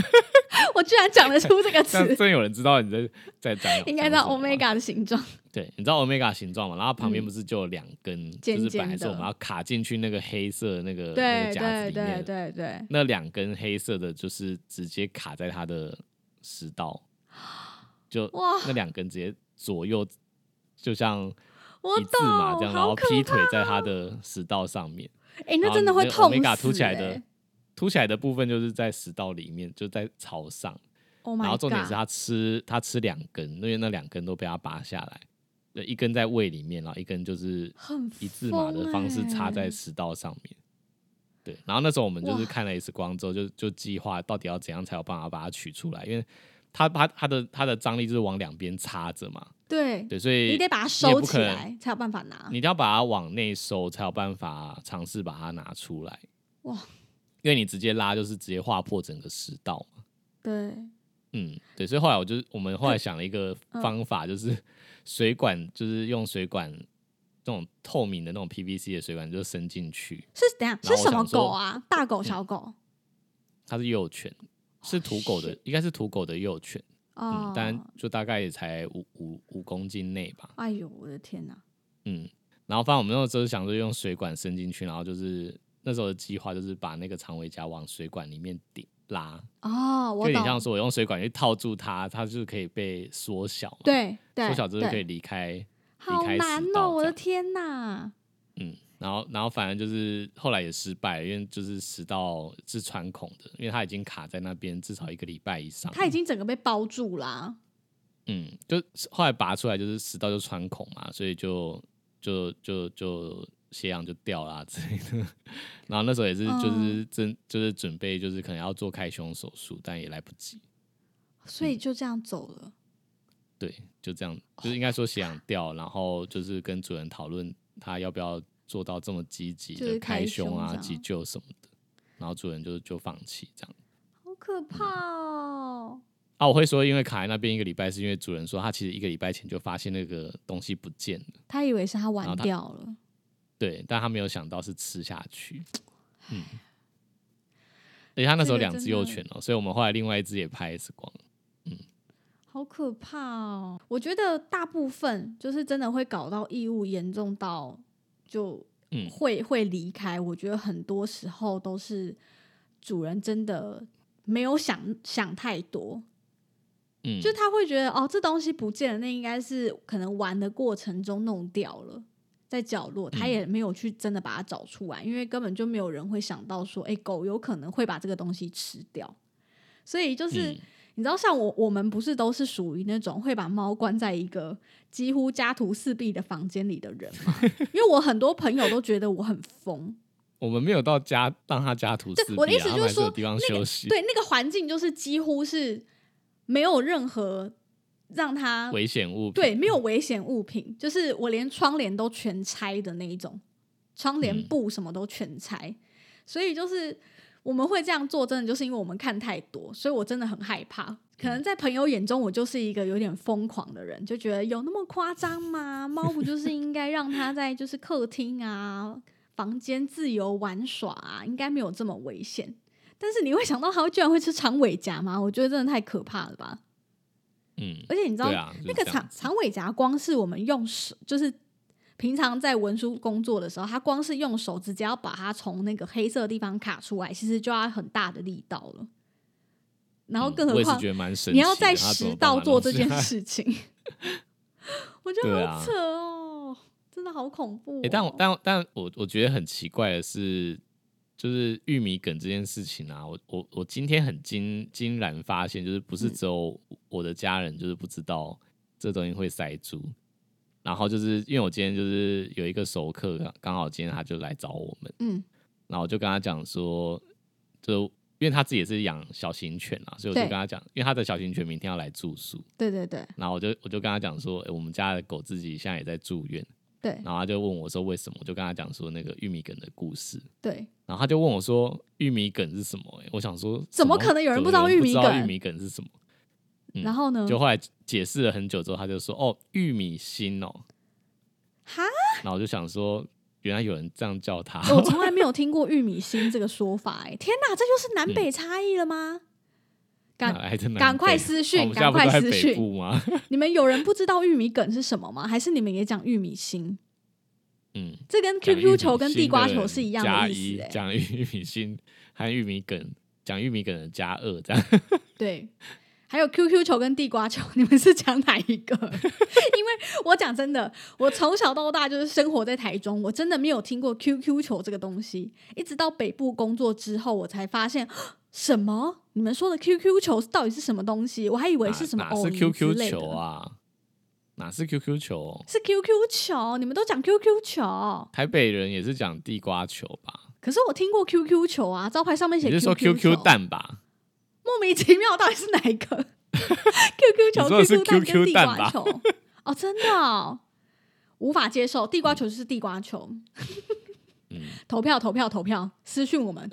[SPEAKER 3] 我居然讲得出 这个
[SPEAKER 2] 但
[SPEAKER 3] 词，
[SPEAKER 2] 真有人知道你在在讲，
[SPEAKER 3] 应该
[SPEAKER 2] 叫
[SPEAKER 3] 叫 omega 的形状。
[SPEAKER 2] 对，你知道 omega 形状嘛？然后旁
[SPEAKER 3] 嗯
[SPEAKER 2] 边不是就有两根，
[SPEAKER 3] 尖
[SPEAKER 2] 就是本来
[SPEAKER 3] 尖
[SPEAKER 2] 是我
[SPEAKER 3] 的
[SPEAKER 2] 们要卡进去那个黑色的那个那
[SPEAKER 3] 对
[SPEAKER 2] 个夹
[SPEAKER 3] 对
[SPEAKER 2] 子里面
[SPEAKER 3] 对对
[SPEAKER 2] 的，
[SPEAKER 3] 对，
[SPEAKER 2] 那两根黑色的就是直接卡在它的食 道，就
[SPEAKER 3] 哇
[SPEAKER 2] 那两根直接左右，就像
[SPEAKER 3] 我
[SPEAKER 2] 一字马
[SPEAKER 3] 懂，
[SPEAKER 2] 这样，然
[SPEAKER 3] 好
[SPEAKER 2] 后
[SPEAKER 3] 可
[SPEAKER 2] 劈腿在它的食道上面，
[SPEAKER 3] 哎、那
[SPEAKER 2] 然后
[SPEAKER 3] 真的
[SPEAKER 2] 你
[SPEAKER 3] 会
[SPEAKER 2] 那个
[SPEAKER 3] 痛
[SPEAKER 2] omega
[SPEAKER 3] 死、欸。
[SPEAKER 2] 凸起来的凸起来的部分就是在食道里面，就在朝上。
[SPEAKER 3] Oh my
[SPEAKER 2] 然后重点是
[SPEAKER 3] God
[SPEAKER 2] 他吃他吃两根，因为那两根都被他拔下来，对，一根在胃里面，然后一根就是
[SPEAKER 3] 很
[SPEAKER 2] 一字马的方式插在
[SPEAKER 3] 疯欸
[SPEAKER 2] 食道上面。对，然后那时候我们就是
[SPEAKER 3] 哇
[SPEAKER 2] 看了 X 光之后，就就计划到底要怎样才有办法把它取出来，因为它它它的它的张力就是往两边插着嘛，
[SPEAKER 3] 对，
[SPEAKER 2] 对，所以
[SPEAKER 3] 你得把它
[SPEAKER 2] 也
[SPEAKER 3] 收
[SPEAKER 2] 不
[SPEAKER 3] 起
[SPEAKER 2] 可能
[SPEAKER 3] 来啊才有办法拿
[SPEAKER 2] 你。一定要把它往内收，才有办法尝试把它拿出来。
[SPEAKER 3] 哇！
[SPEAKER 2] 因为你直接拉就是直接划破整个食道嘛。
[SPEAKER 3] 对，
[SPEAKER 2] 嗯，对，所以后来我就我们后来想了一个
[SPEAKER 3] 嗯
[SPEAKER 2] 方法，就是 水管，就是用水管那种透明的那种 PVC 的水管，就伸进去。
[SPEAKER 3] 是怎样？
[SPEAKER 2] 然后
[SPEAKER 3] 是
[SPEAKER 2] 我
[SPEAKER 3] 什么
[SPEAKER 2] 想说嗯
[SPEAKER 3] 狗啊？大狗、小狗？
[SPEAKER 2] 它是幼犬，是土狗的
[SPEAKER 3] shit，
[SPEAKER 2] 应该是土狗的幼犬。
[SPEAKER 3] 哦
[SPEAKER 2] 嗯，，但就大概也才五五五公斤内吧。
[SPEAKER 3] 哎呦，我的天哪！
[SPEAKER 2] 嗯，然后反正我们那时候想说用水管伸进去，然后就是那时候的计划就是把那个长尾夹往水管里面顶拉，
[SPEAKER 3] 哦，
[SPEAKER 2] 就
[SPEAKER 3] 我
[SPEAKER 2] 有点像
[SPEAKER 3] 懂。
[SPEAKER 2] 说我用水管去套住它，它就是可以被缩小嘛，
[SPEAKER 3] 对对，
[SPEAKER 2] 缩小就是可
[SPEAKER 3] 对
[SPEAKER 2] 以离开，
[SPEAKER 3] 好
[SPEAKER 2] 开食
[SPEAKER 3] 难哦！
[SPEAKER 2] 道
[SPEAKER 3] 我
[SPEAKER 2] 这
[SPEAKER 3] 的
[SPEAKER 2] 样
[SPEAKER 3] 天哪！
[SPEAKER 2] 嗯，然后然后反正就是后来也失败了，因为就是食道是穿孔的，因为它已经卡在那边至少一个礼拜以上，
[SPEAKER 3] 它已经整个被包住啦。
[SPEAKER 2] 嗯，就是后来拔出来就是食道就穿孔嘛，所以就就就就血氧就掉啦之类的。 然后那时候也是
[SPEAKER 3] 嗯
[SPEAKER 2] 就是真、就是准备就是可能要做开胸手术，但也来不及。嗯
[SPEAKER 3] 所以就这样走了。
[SPEAKER 2] 对，就这样，就是应该说血氧掉，然后就是跟主人讨论他要不要做到这么积极
[SPEAKER 3] 就是
[SPEAKER 2] 的
[SPEAKER 3] 开
[SPEAKER 2] 开
[SPEAKER 3] 胸
[SPEAKER 2] 胸
[SPEAKER 3] 这
[SPEAKER 2] 啊、
[SPEAKER 3] 样
[SPEAKER 2] 急救什么的。然后主人就就放弃这样。
[SPEAKER 3] 好可
[SPEAKER 2] 嗯
[SPEAKER 3] 怕哦！
[SPEAKER 2] 啊，我会说，因为卡在那边一个礼拜，是因为主人说他其实一个礼拜前就发现那个东西不见了。
[SPEAKER 3] 他以为是他玩
[SPEAKER 2] 后它
[SPEAKER 3] 掉了，
[SPEAKER 2] 对，但他没有想到是吃下去，嗯。而且他那时候两只幼犬哦、所以我们后来另外一只也拍 X 光。
[SPEAKER 3] 好可怕哦！我觉得大部分就是真的会搞到义务严重到就
[SPEAKER 2] 嗯
[SPEAKER 3] 会、会离开。我觉得很多时候都是主人真的没有想想太多，
[SPEAKER 2] 嗯，
[SPEAKER 3] 就是他会觉得哦，这东西不见了，那应该是可能玩的过程中弄掉了，在角
[SPEAKER 2] 嗯
[SPEAKER 3] 落，他也没有去真的把它找出来，因为根本就没有人会想到说，哎、狗有可能会把这个东西吃掉。所以就是、
[SPEAKER 2] 嗯
[SPEAKER 3] 你知道，像我我们不是都是属于那种会把猫关在一个几乎家徒四壁的房间里的人 吗？因为我很多朋友都觉得我很疯，
[SPEAKER 2] 我们没有到家让他家徒四壁、啊，
[SPEAKER 3] 我的意思
[SPEAKER 2] 他
[SPEAKER 3] 就是
[SPEAKER 2] 们还是有
[SPEAKER 3] 说
[SPEAKER 2] 地方休息，
[SPEAKER 3] 对那个环境就是几乎是没有任何让它
[SPEAKER 2] 危险物品，
[SPEAKER 3] 对，没有危险物品，就是我连窗帘都全拆的那一种，窗帘
[SPEAKER 2] 嗯
[SPEAKER 3] 布什么都全拆，所以就是我们会这样做，真的就是因为我们看太多，所以我真的很害怕。可
[SPEAKER 2] 嗯
[SPEAKER 3] 能在朋友眼中，我就是一个有点疯狂的人，就觉得有那么夸张吗？猫不就是应该让它在就是客厅啊、房间自由玩耍啊，应该没有这么危险。但是你会想到它居然会吃长尾夹吗？我觉得真的太可怕了吧！
[SPEAKER 2] 嗯，
[SPEAKER 3] 而且你知道
[SPEAKER 2] 对啊，就是
[SPEAKER 3] 那个
[SPEAKER 2] 这样
[SPEAKER 3] 长长尾夹，光是我们用手，就是平常在文书工作的时候，它光是用手直接要把它从那个黑色的地方卡出来，其实就要很大的力道了。然后，
[SPEAKER 2] 嗯
[SPEAKER 3] 更何
[SPEAKER 2] 我也是
[SPEAKER 3] 况、
[SPEAKER 2] 觉得蛮神奇的，
[SPEAKER 3] 你要在
[SPEAKER 2] 他怎么
[SPEAKER 3] 食
[SPEAKER 2] 办啊
[SPEAKER 3] 道
[SPEAKER 2] 法
[SPEAKER 3] 做
[SPEAKER 2] 弄
[SPEAKER 3] 这
[SPEAKER 2] 出
[SPEAKER 3] 件
[SPEAKER 2] 来
[SPEAKER 3] 事情， 我觉
[SPEAKER 2] 对
[SPEAKER 3] 得
[SPEAKER 2] 啊
[SPEAKER 3] 好扯哦，真的好恐怖、哦
[SPEAKER 2] 欸但我但但我我觉得很奇怪的是，就是玉米梗这件事情啊，我我我今天很惊惊然发现，就是不是
[SPEAKER 3] 嗯
[SPEAKER 2] 只有我的家人就是不知道这东西会塞住，然后就是因为我今天就是有一个熟客，刚刚好今天他就来找我们，
[SPEAKER 3] 嗯，
[SPEAKER 2] 然后我就跟他讲说，就因为他自己也是养小型犬啊，所以我就
[SPEAKER 3] 对
[SPEAKER 2] 跟他讲，因为他的小型犬明天要来住宿，
[SPEAKER 3] 对对对
[SPEAKER 2] 然后我就我就跟他讲说、欸我们家的狗自己现在也在住院。
[SPEAKER 3] 对
[SPEAKER 2] 然后他就问我说为什么，我就跟他讲说那个玉米梗的故事，
[SPEAKER 3] 对，
[SPEAKER 2] 然后他就问我说玉米梗是什么、欸我想说
[SPEAKER 3] 怎么可能有人
[SPEAKER 2] 怎么
[SPEAKER 3] 不知道玉米
[SPEAKER 2] 不
[SPEAKER 3] 梗
[SPEAKER 2] 玉米梗是什么？嗯
[SPEAKER 3] 然后呢？
[SPEAKER 2] 就后来解释了很久之后，他就说哦玉米心哦，
[SPEAKER 3] 哈，
[SPEAKER 2] 然后我就想说原来有人这样叫他，
[SPEAKER 3] 我从来没有听过玉米心这个说法、哎，天哪，这就是
[SPEAKER 2] 嗯
[SPEAKER 3] 南北差异了吗？赶
[SPEAKER 2] 哪 来的南
[SPEAKER 3] 赶快
[SPEAKER 2] 北
[SPEAKER 3] 私
[SPEAKER 2] 哦我
[SPEAKER 3] 讯，
[SPEAKER 2] 们现在
[SPEAKER 3] 赶
[SPEAKER 2] 不是
[SPEAKER 3] 快
[SPEAKER 2] 在
[SPEAKER 3] 私
[SPEAKER 2] 北
[SPEAKER 3] 讯！
[SPEAKER 2] 部吗？
[SPEAKER 3] 你们有人不知道玉米梗是什么吗？还是你们也讲玉米心？
[SPEAKER 2] 嗯，
[SPEAKER 3] 这跟
[SPEAKER 2] 讲玉
[SPEAKER 3] QQ
[SPEAKER 2] 米
[SPEAKER 3] 球跟
[SPEAKER 2] 心
[SPEAKER 3] 地瓜
[SPEAKER 2] 的
[SPEAKER 3] 球
[SPEAKER 2] 人
[SPEAKER 3] 是一样
[SPEAKER 2] 加
[SPEAKER 3] 的
[SPEAKER 2] 一
[SPEAKER 3] 意思、哎，
[SPEAKER 2] 讲玉 米心和玉米梗，讲玉米梗的加二这样。
[SPEAKER 3] 对。还有 QQ 球跟地瓜球，你们是讲哪一个？ 因为我讲真的，我从小到大就是生活在台中，我真的没有听过 QQ 球这个东西，一直到北部工作之后，我才发现 什么你们说的 QQ 球到底是什么东西？我还以为是什么
[SPEAKER 2] 哪
[SPEAKER 3] 偶
[SPEAKER 2] 哪是
[SPEAKER 3] 鱼之
[SPEAKER 2] QQ
[SPEAKER 3] 类的
[SPEAKER 2] 球，啊？哪是 QQ 球？
[SPEAKER 3] 是 QQ 球，你们都讲 QQ 球。
[SPEAKER 2] 台北人也是讲地瓜球吧？
[SPEAKER 3] 可是我听过 QQ 球啊，招牌上面写
[SPEAKER 2] 你
[SPEAKER 3] QQ
[SPEAKER 2] 是说 QQ
[SPEAKER 3] 球，
[SPEAKER 2] 蛋吧？
[SPEAKER 3] 莫名其妙到底是哪一 个？QQ 球、
[SPEAKER 2] 你说的是
[SPEAKER 3] QQ 蛋跟
[SPEAKER 2] QQ
[SPEAKER 3] 地
[SPEAKER 2] 蛋
[SPEAKER 3] 瓜
[SPEAKER 2] 吧
[SPEAKER 3] 球？哦，真的、哦，无法接受，地瓜球就是地瓜球。
[SPEAKER 2] 嗯，
[SPEAKER 3] 投票，投票，投票，私讯我 们。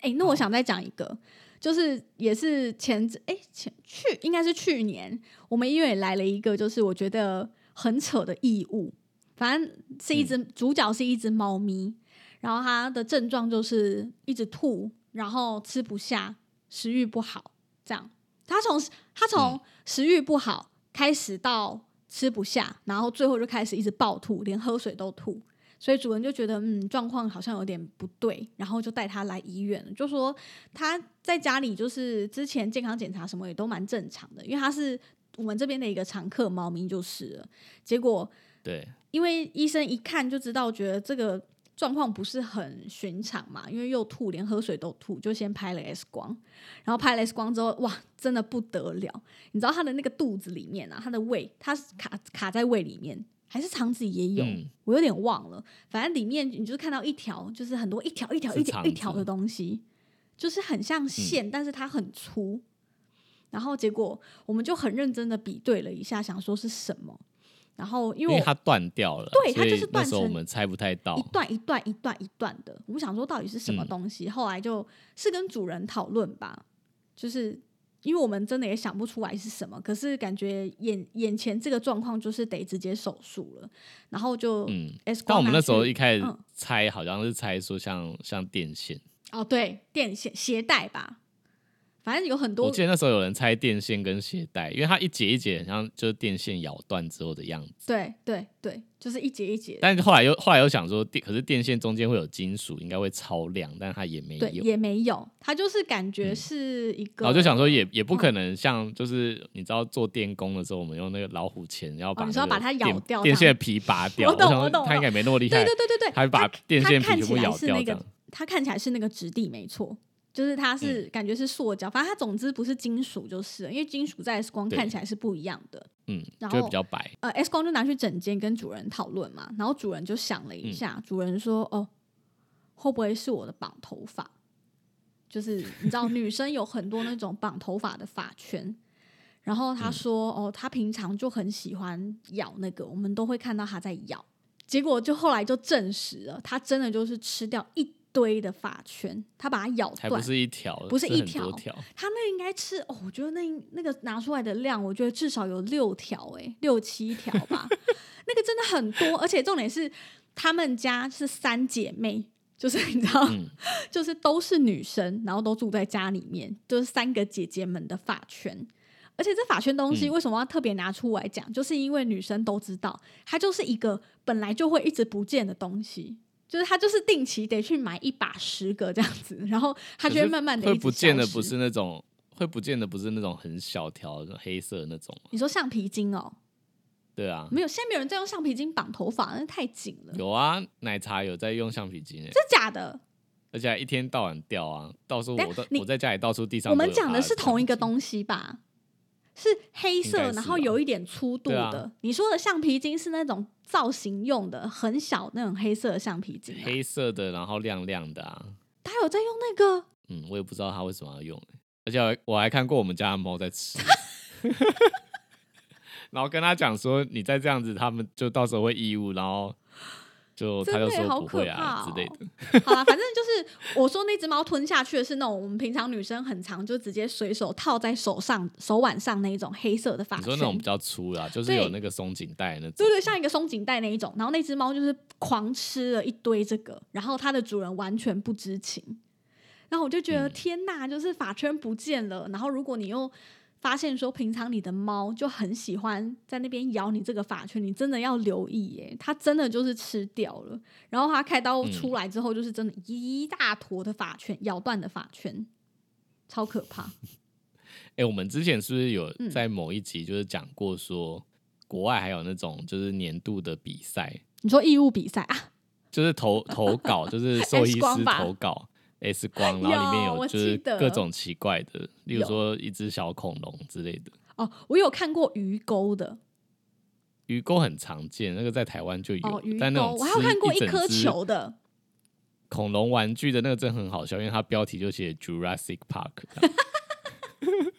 [SPEAKER 3] 哎、那我想再讲一个，就是也是前哎、前去应该是去年，我们医院也来了一个，就是我觉得很扯的义务。反正是一
[SPEAKER 2] 嗯
[SPEAKER 3] 只、主角是一只猫咪，然后它的症状就是一直吐，然后吃不下，食欲不好，这样。它从它从食欲不好开始到吃不下，然后最后就开始一直暴吐，连喝水都吐。所以主人就觉得，嗯，状况好像有点不对，然后就带他来医院了，就说他在家里就是之前健康检查什么也都蛮正常的，因为他是我们这边的一个常客猫咪就是了。结果
[SPEAKER 2] 对，
[SPEAKER 3] 因为医生一看就知道，觉得这个状况不是很寻常嘛，因为又吐，连喝水都吐，就先拍了 X 光，然后拍了 X 光之后，哇，真的不得了！你知道他的那个肚子里面啊，他的胃，他是卡卡在胃里面，还是肠子也有，
[SPEAKER 2] 嗯
[SPEAKER 3] 我有点忘了，反正里面你就是看到一条，就是很多一条一条
[SPEAKER 2] 是
[SPEAKER 3] 一条
[SPEAKER 2] 肠
[SPEAKER 3] 一条
[SPEAKER 2] 子嗯
[SPEAKER 3] 的东西，就是很像线，但是它很粗。然后结果我们就很认真的比对了一下，想说是什么。然后因
[SPEAKER 2] 因
[SPEAKER 3] 为
[SPEAKER 2] 为
[SPEAKER 3] 我
[SPEAKER 2] 它断掉了，
[SPEAKER 3] 对它
[SPEAKER 2] 所以
[SPEAKER 3] 就是断
[SPEAKER 2] 那时候
[SPEAKER 3] 成
[SPEAKER 2] 我们猜不太到
[SPEAKER 3] 一。段一段一段一段的，我们想说到底是什么
[SPEAKER 2] 哦嗯
[SPEAKER 3] 东西，后来就是跟主人讨论吧，就是因为我们真的也想不出来是什么，可是感觉眼眼前这个状况就是得直接手术了，然后就
[SPEAKER 2] 嗯
[SPEAKER 3] X
[SPEAKER 2] 但
[SPEAKER 3] 光
[SPEAKER 2] 我们
[SPEAKER 3] 拿
[SPEAKER 2] 那时候
[SPEAKER 3] 去
[SPEAKER 2] 一开始
[SPEAKER 3] 嗯
[SPEAKER 2] 猜，好像是猜说像像电线，
[SPEAKER 3] 哦对电线鞋带吧，反正有很
[SPEAKER 2] 我
[SPEAKER 3] 多
[SPEAKER 2] 记得那时候有人猜电线跟鞋带，因为它一节一节很像就是电线咬断之后的样子。
[SPEAKER 3] 对对对，就是一节一节，
[SPEAKER 2] 但是后来又后来又想说电，可是电线中间会有金属，应该会超亮，但它也没
[SPEAKER 3] 对
[SPEAKER 2] 有。嗯
[SPEAKER 3] 也没有，它就是感觉是一个，
[SPEAKER 2] 然后就想说也也
[SPEAKER 3] 嗯
[SPEAKER 2] 不可能像就是你知道做电工的时候，我们用那个老虎钳，然后
[SPEAKER 3] 哦
[SPEAKER 2] 把那
[SPEAKER 3] 你
[SPEAKER 2] 个
[SPEAKER 3] 说把它咬
[SPEAKER 2] 电
[SPEAKER 3] 掉
[SPEAKER 2] 电
[SPEAKER 3] 这
[SPEAKER 2] 线
[SPEAKER 3] 样
[SPEAKER 2] 的皮拔掉。
[SPEAKER 3] 我懂
[SPEAKER 2] 想
[SPEAKER 3] 我
[SPEAKER 2] 说
[SPEAKER 3] 懂我
[SPEAKER 2] 它应该也没那么厉
[SPEAKER 3] 对。
[SPEAKER 2] 害
[SPEAKER 3] 对对对对，
[SPEAKER 2] 还把
[SPEAKER 3] 它
[SPEAKER 2] 电线皮
[SPEAKER 3] 它看
[SPEAKER 2] 全
[SPEAKER 3] 起
[SPEAKER 2] 部
[SPEAKER 3] 来
[SPEAKER 2] 咬
[SPEAKER 3] 是
[SPEAKER 2] 掉
[SPEAKER 3] 那
[SPEAKER 2] 这
[SPEAKER 3] 个
[SPEAKER 2] 样。嗯
[SPEAKER 3] 它看起来是那个质地没错，就是它是、感觉是塑胶，反正它总之不是金属就是了，因为金属在 X 光
[SPEAKER 2] 对
[SPEAKER 3] 看起来是不一样的。
[SPEAKER 2] 嗯，
[SPEAKER 3] 然
[SPEAKER 2] 就
[SPEAKER 3] 后
[SPEAKER 2] 会比较白。
[SPEAKER 3] 呃，X 光就拿去整间跟主人讨论嘛，然后主人就想了
[SPEAKER 2] 嗯
[SPEAKER 3] 一下，主人说：“哦，会不会是我的绑头发？就是你知道女生有很多那种绑头发的发圈。”然后
[SPEAKER 2] 嗯
[SPEAKER 3] 他说：“哦，他平常就很喜欢咬那个，我们都会看到他在咬。”结果就后来就证实了，他真的就是吃掉一堆的发圈，他把它咬
[SPEAKER 2] 还
[SPEAKER 3] 断
[SPEAKER 2] 不，是一条，
[SPEAKER 3] 不是
[SPEAKER 2] 是
[SPEAKER 3] 一
[SPEAKER 2] 很多
[SPEAKER 3] 条
[SPEAKER 2] 条，
[SPEAKER 3] 他那应该吃哦，我觉得那那个拿出来的量，我觉得至少有六条哎、六七条吧， 那个真的很多，而且重点是他们家是三姐妹。就是你知道，
[SPEAKER 2] 嗯
[SPEAKER 3] 就是都是女生，然后都住在家里面，就是三个姐姐们的发圈。而且这发圈东西
[SPEAKER 2] 嗯
[SPEAKER 3] 为什么要特别拿出来讲，就是因为女生都知道，它就是一个本来就会一直不见的东西，就是它就是定期得去买一把十个这样子，然后它
[SPEAKER 2] 可
[SPEAKER 3] 就会
[SPEAKER 2] 是
[SPEAKER 3] 慢慢的
[SPEAKER 2] 会不见的不是那种，会不见的不是那种很小条的黑色的那种嘛，
[SPEAKER 3] 你说橡皮筋哦，
[SPEAKER 2] 对啊，
[SPEAKER 3] 没有，现在没有人在用橡皮筋绑头发，那太紧了，真
[SPEAKER 2] 有啊，奶茶有在用橡皮筋诶、
[SPEAKER 3] 的假的？
[SPEAKER 2] 而且还一天到晚掉啊，到处
[SPEAKER 3] 等
[SPEAKER 2] 我
[SPEAKER 3] 下
[SPEAKER 2] 在
[SPEAKER 3] 你
[SPEAKER 2] 我在家里到处地上
[SPEAKER 3] 我
[SPEAKER 2] 都有它啊
[SPEAKER 3] 们讲
[SPEAKER 2] 的橡皮筋，
[SPEAKER 3] 的是同一个东西吧？是黑
[SPEAKER 2] 应该
[SPEAKER 3] 色，
[SPEAKER 2] 是
[SPEAKER 3] 然后
[SPEAKER 2] 吧
[SPEAKER 3] 有一点粗度
[SPEAKER 2] 对啊
[SPEAKER 3] 的。你说的橡皮筋是那种造型用的，很小那种黑色的橡皮筋、啊。
[SPEAKER 2] 黑色的，然后亮亮的啊，
[SPEAKER 3] 他有在用那个，
[SPEAKER 2] 嗯，我也不知道他为什么要用欸、而且我还我还看过我们家的猫 在吃。然后跟他讲说，你再这样子，他们就到时候会义务，然后就
[SPEAKER 3] 真
[SPEAKER 2] 他
[SPEAKER 3] 的
[SPEAKER 2] 就
[SPEAKER 3] 耶好
[SPEAKER 2] 说不
[SPEAKER 3] 可
[SPEAKER 2] 会
[SPEAKER 3] 怕哦
[SPEAKER 2] 啊、之类的。
[SPEAKER 3] 好啦，反正就是我说那只猫吞下去的是那种我们平常女生很常就直接随手套在手上、手腕上那一种黑色的发
[SPEAKER 2] 你
[SPEAKER 3] 圈。
[SPEAKER 2] 说那种比较粗啦，就是
[SPEAKER 3] 对
[SPEAKER 2] 有那个松紧带那种
[SPEAKER 3] 对。对，像一个松紧带那一种。然后那只猫就是狂吃了一堆这个，然后它的主人完全不知情。然后我就觉得、
[SPEAKER 2] 嗯
[SPEAKER 3] 天呐，就是法圈不见了。然后如果你又发现说平常你的猫就很喜欢在那边咬你这个法圈，你真的要留意耶，它真的就是吃掉了。然后它开刀出来之后，就是真的一大坨的法圈，咬断的法圈，超可怕。
[SPEAKER 2] 哎、我们之前是不是有
[SPEAKER 3] 嗯
[SPEAKER 2] 在某一集就是讲过说，国外还有那种就是年度的比赛，
[SPEAKER 3] 你说义务比赛啊？
[SPEAKER 2] 就是 投投稿，就是兽医
[SPEAKER 3] X 光
[SPEAKER 2] 师
[SPEAKER 3] 吧
[SPEAKER 2] 投稿 S 光，然后里面
[SPEAKER 3] 有我
[SPEAKER 2] 有就
[SPEAKER 3] 记
[SPEAKER 2] 是
[SPEAKER 3] 得
[SPEAKER 2] 各种奇怪的，例
[SPEAKER 3] 有
[SPEAKER 2] 如说一只小恐龙之类的。
[SPEAKER 3] 哦，我有看过鱼钩的，
[SPEAKER 2] 鱼钩很常见，那个在台湾就有，
[SPEAKER 3] 哦，鱼
[SPEAKER 2] 但那
[SPEAKER 3] 钩，
[SPEAKER 2] 种
[SPEAKER 3] 我还有
[SPEAKER 2] 吃
[SPEAKER 3] 看过
[SPEAKER 2] 一
[SPEAKER 3] 一
[SPEAKER 2] 整
[SPEAKER 3] 颗
[SPEAKER 2] 只
[SPEAKER 3] 球的，
[SPEAKER 2] 恐龙玩具的那个真的很好笑，因为它标题就写 Jurassic Park 这样。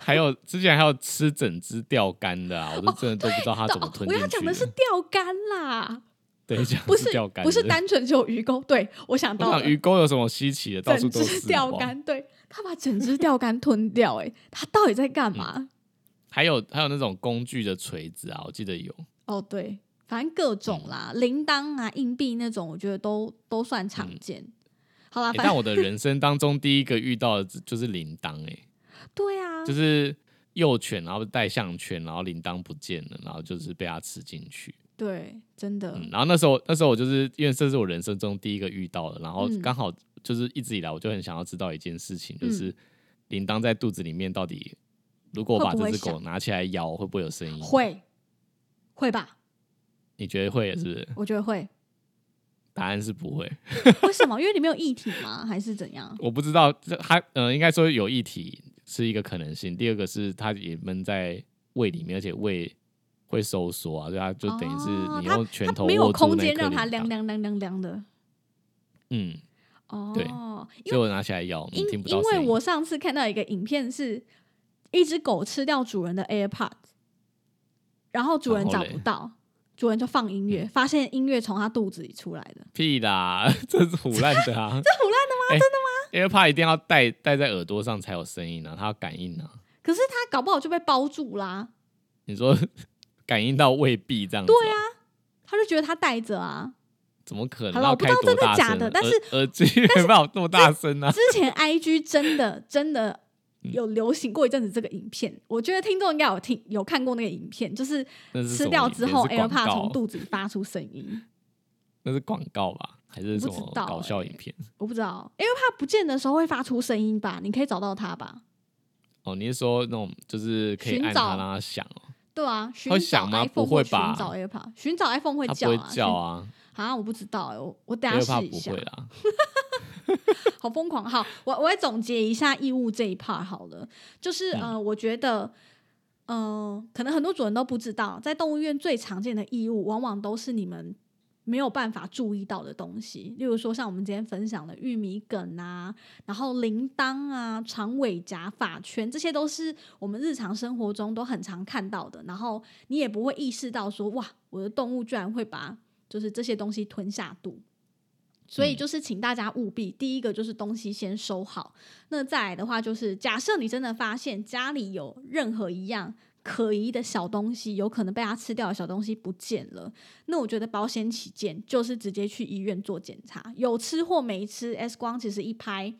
[SPEAKER 2] 还有之前还有吃整只钓竿的啊，我都真的都不知道它怎么
[SPEAKER 3] 哦
[SPEAKER 2] 吞
[SPEAKER 3] 我
[SPEAKER 2] 进
[SPEAKER 3] 要讲
[SPEAKER 2] 去
[SPEAKER 3] 的是
[SPEAKER 2] 的。
[SPEAKER 3] 钓竿 啦，
[SPEAKER 2] 对，讲
[SPEAKER 3] 不
[SPEAKER 2] 的是钓竿
[SPEAKER 3] 不
[SPEAKER 2] 的，
[SPEAKER 3] 是单纯只有鱼钩。对，我想
[SPEAKER 2] 我
[SPEAKER 3] 到
[SPEAKER 2] 想
[SPEAKER 3] 了
[SPEAKER 2] 鱼钩有什么稀奇的，到处
[SPEAKER 3] 整
[SPEAKER 2] 都是哦
[SPEAKER 3] 只钓。
[SPEAKER 2] 好不好
[SPEAKER 3] 竿，对他把整只钓竿吞掉、哎，他到底在干嘛？
[SPEAKER 2] 嗯还有还有那种工具的锤子啊，我记得有。
[SPEAKER 3] 哦，对，反正各
[SPEAKER 2] 嗯
[SPEAKER 3] 种啦，铃铛啊、硬币那种，我觉得都都算常见。好啦，
[SPEAKER 2] 嗯诶
[SPEAKER 3] 反
[SPEAKER 2] 但
[SPEAKER 3] 正
[SPEAKER 2] 我的人生当中第一个遇到的就是铃铛，哎，
[SPEAKER 3] 对啊，
[SPEAKER 2] 就是幼犬，然后带项圈，然后铃铛不见了，然后就是被它吃进去。
[SPEAKER 3] 对，真的，
[SPEAKER 2] 嗯，然后那时候那时候我就是因为这是我人生中第一个遇到的，然后
[SPEAKER 3] 嗯
[SPEAKER 2] 刚好就是一直以来我就很想要知道一件事情，
[SPEAKER 3] 嗯
[SPEAKER 2] 就是铃铛在肚子里面到底，如果我把
[SPEAKER 3] 会不
[SPEAKER 2] 这
[SPEAKER 3] 会
[SPEAKER 2] 只狗拿起来咬，会不会有声音？
[SPEAKER 3] 会会吧？
[SPEAKER 2] 你觉得会是不是？
[SPEAKER 3] 我觉得会。
[SPEAKER 2] 答案是不会，
[SPEAKER 3] 为什么？因为里面有液体吗？还是怎样？
[SPEAKER 2] 我不知道这它呃，应该说有一体是一个可能性，第二个是它也闷在胃里面，而且胃会收缩啊，所以它就等于是
[SPEAKER 3] 哦
[SPEAKER 2] 你
[SPEAKER 3] 它
[SPEAKER 2] 用拳
[SPEAKER 3] 它
[SPEAKER 2] 头
[SPEAKER 3] 没有
[SPEAKER 2] 握住
[SPEAKER 3] 空
[SPEAKER 2] 那
[SPEAKER 3] 间
[SPEAKER 2] 颗
[SPEAKER 3] 让它
[SPEAKER 2] 铃
[SPEAKER 3] 凉
[SPEAKER 2] 铛，
[SPEAKER 3] 凉凉凉凉的。
[SPEAKER 2] 啊嗯，
[SPEAKER 3] 哦，
[SPEAKER 2] 对
[SPEAKER 3] 因
[SPEAKER 2] 所以我拿起来咬，你
[SPEAKER 3] 因
[SPEAKER 2] 听不
[SPEAKER 3] 因
[SPEAKER 2] 到
[SPEAKER 3] 为
[SPEAKER 2] 声音。
[SPEAKER 3] 我上次看到一个影片是，一只狗吃掉主人的 AirPod，然后主人
[SPEAKER 2] 然后
[SPEAKER 3] 找
[SPEAKER 2] 嘞嗯
[SPEAKER 3] 不到，主人就放音乐，发现音乐从他肚子里出来的，
[SPEAKER 2] 屁啦，这是胡乱的啊！这胡乱的吗？真的吗？ AirPod 一定要戴戴在耳朵上才有声音啊，它要感应啊。
[SPEAKER 3] 可是它搞不好就被包住啦，
[SPEAKER 2] 你说感应到未必这样子，对啊，
[SPEAKER 3] 他就觉得他戴着啊。
[SPEAKER 2] 怎么可能？
[SPEAKER 1] 好了
[SPEAKER 2] 要
[SPEAKER 1] 我不
[SPEAKER 2] 开
[SPEAKER 1] 知道
[SPEAKER 2] 多
[SPEAKER 1] 真的
[SPEAKER 2] 大
[SPEAKER 1] 假
[SPEAKER 2] 声
[SPEAKER 1] 的
[SPEAKER 2] 啊
[SPEAKER 1] 但
[SPEAKER 2] 耳
[SPEAKER 1] 是
[SPEAKER 2] 耳机没办法那么大声 啊
[SPEAKER 3] 之。 前 IG 真的真的
[SPEAKER 2] 嗯
[SPEAKER 3] 有流行过一阵子这个影片，我觉得听众应该有听有看过那个影片，就是
[SPEAKER 2] 那是什
[SPEAKER 3] 吃
[SPEAKER 2] 么
[SPEAKER 3] 掉
[SPEAKER 2] 影
[SPEAKER 3] 之
[SPEAKER 2] 片
[SPEAKER 3] 后哎
[SPEAKER 2] 是广
[SPEAKER 3] AirPod
[SPEAKER 2] 告
[SPEAKER 3] 从肚子里发出声音。
[SPEAKER 2] 那是广告吧，还是什
[SPEAKER 3] 我不
[SPEAKER 2] 么
[SPEAKER 3] 知道欸
[SPEAKER 2] 搞笑影片？
[SPEAKER 3] 我不知道，AirPod 不见的时候会发出声音吧？你可以找到它吧？
[SPEAKER 2] 哦，你是说那种就是可以
[SPEAKER 3] 寻
[SPEAKER 2] 按
[SPEAKER 3] 找
[SPEAKER 2] 它让它响哦？
[SPEAKER 3] 对啊，寻
[SPEAKER 2] 会
[SPEAKER 3] 找
[SPEAKER 2] 响吗
[SPEAKER 3] iPhone
[SPEAKER 2] 不会
[SPEAKER 3] 或
[SPEAKER 2] 吧
[SPEAKER 3] 寻找 AirPod，寻找 iPhone 会
[SPEAKER 2] 它
[SPEAKER 3] 叫
[SPEAKER 2] 不
[SPEAKER 3] 啊？
[SPEAKER 2] 会叫啊
[SPEAKER 3] 寻！啊，我不知道、欸，我我等下
[SPEAKER 2] ，AirPod
[SPEAKER 3] 试一
[SPEAKER 2] 不
[SPEAKER 3] 下
[SPEAKER 2] 会。啊啦。
[SPEAKER 3] 好疯狂！好，我我来总结一下义务这一 part 好了，就是、
[SPEAKER 2] 嗯
[SPEAKER 3] 呃，我觉得，呃，可能很多主人都不知道，在动物园最常见的义务，往往都是你们没有办法注意到的东西，例如说像我们今天分享的玉米梗啊，然后铃铛啊、长尾夹、发圈，这些都是我们日常生活中都很常看到的，然后你也不会意识到说，哇，我的动物居然会把就是这些东西吞下肚。所以
[SPEAKER 2] 嗯
[SPEAKER 3] 就是，请大家务必，第一个就是东西先收好。那再来的话，就是假设你真的发现家里有任何一样可疑的小东西，有可能被它吃掉的小东西不见了，那我觉得保险起见，就是直接去医院做检查，有吃或没吃，X 光其实一拍，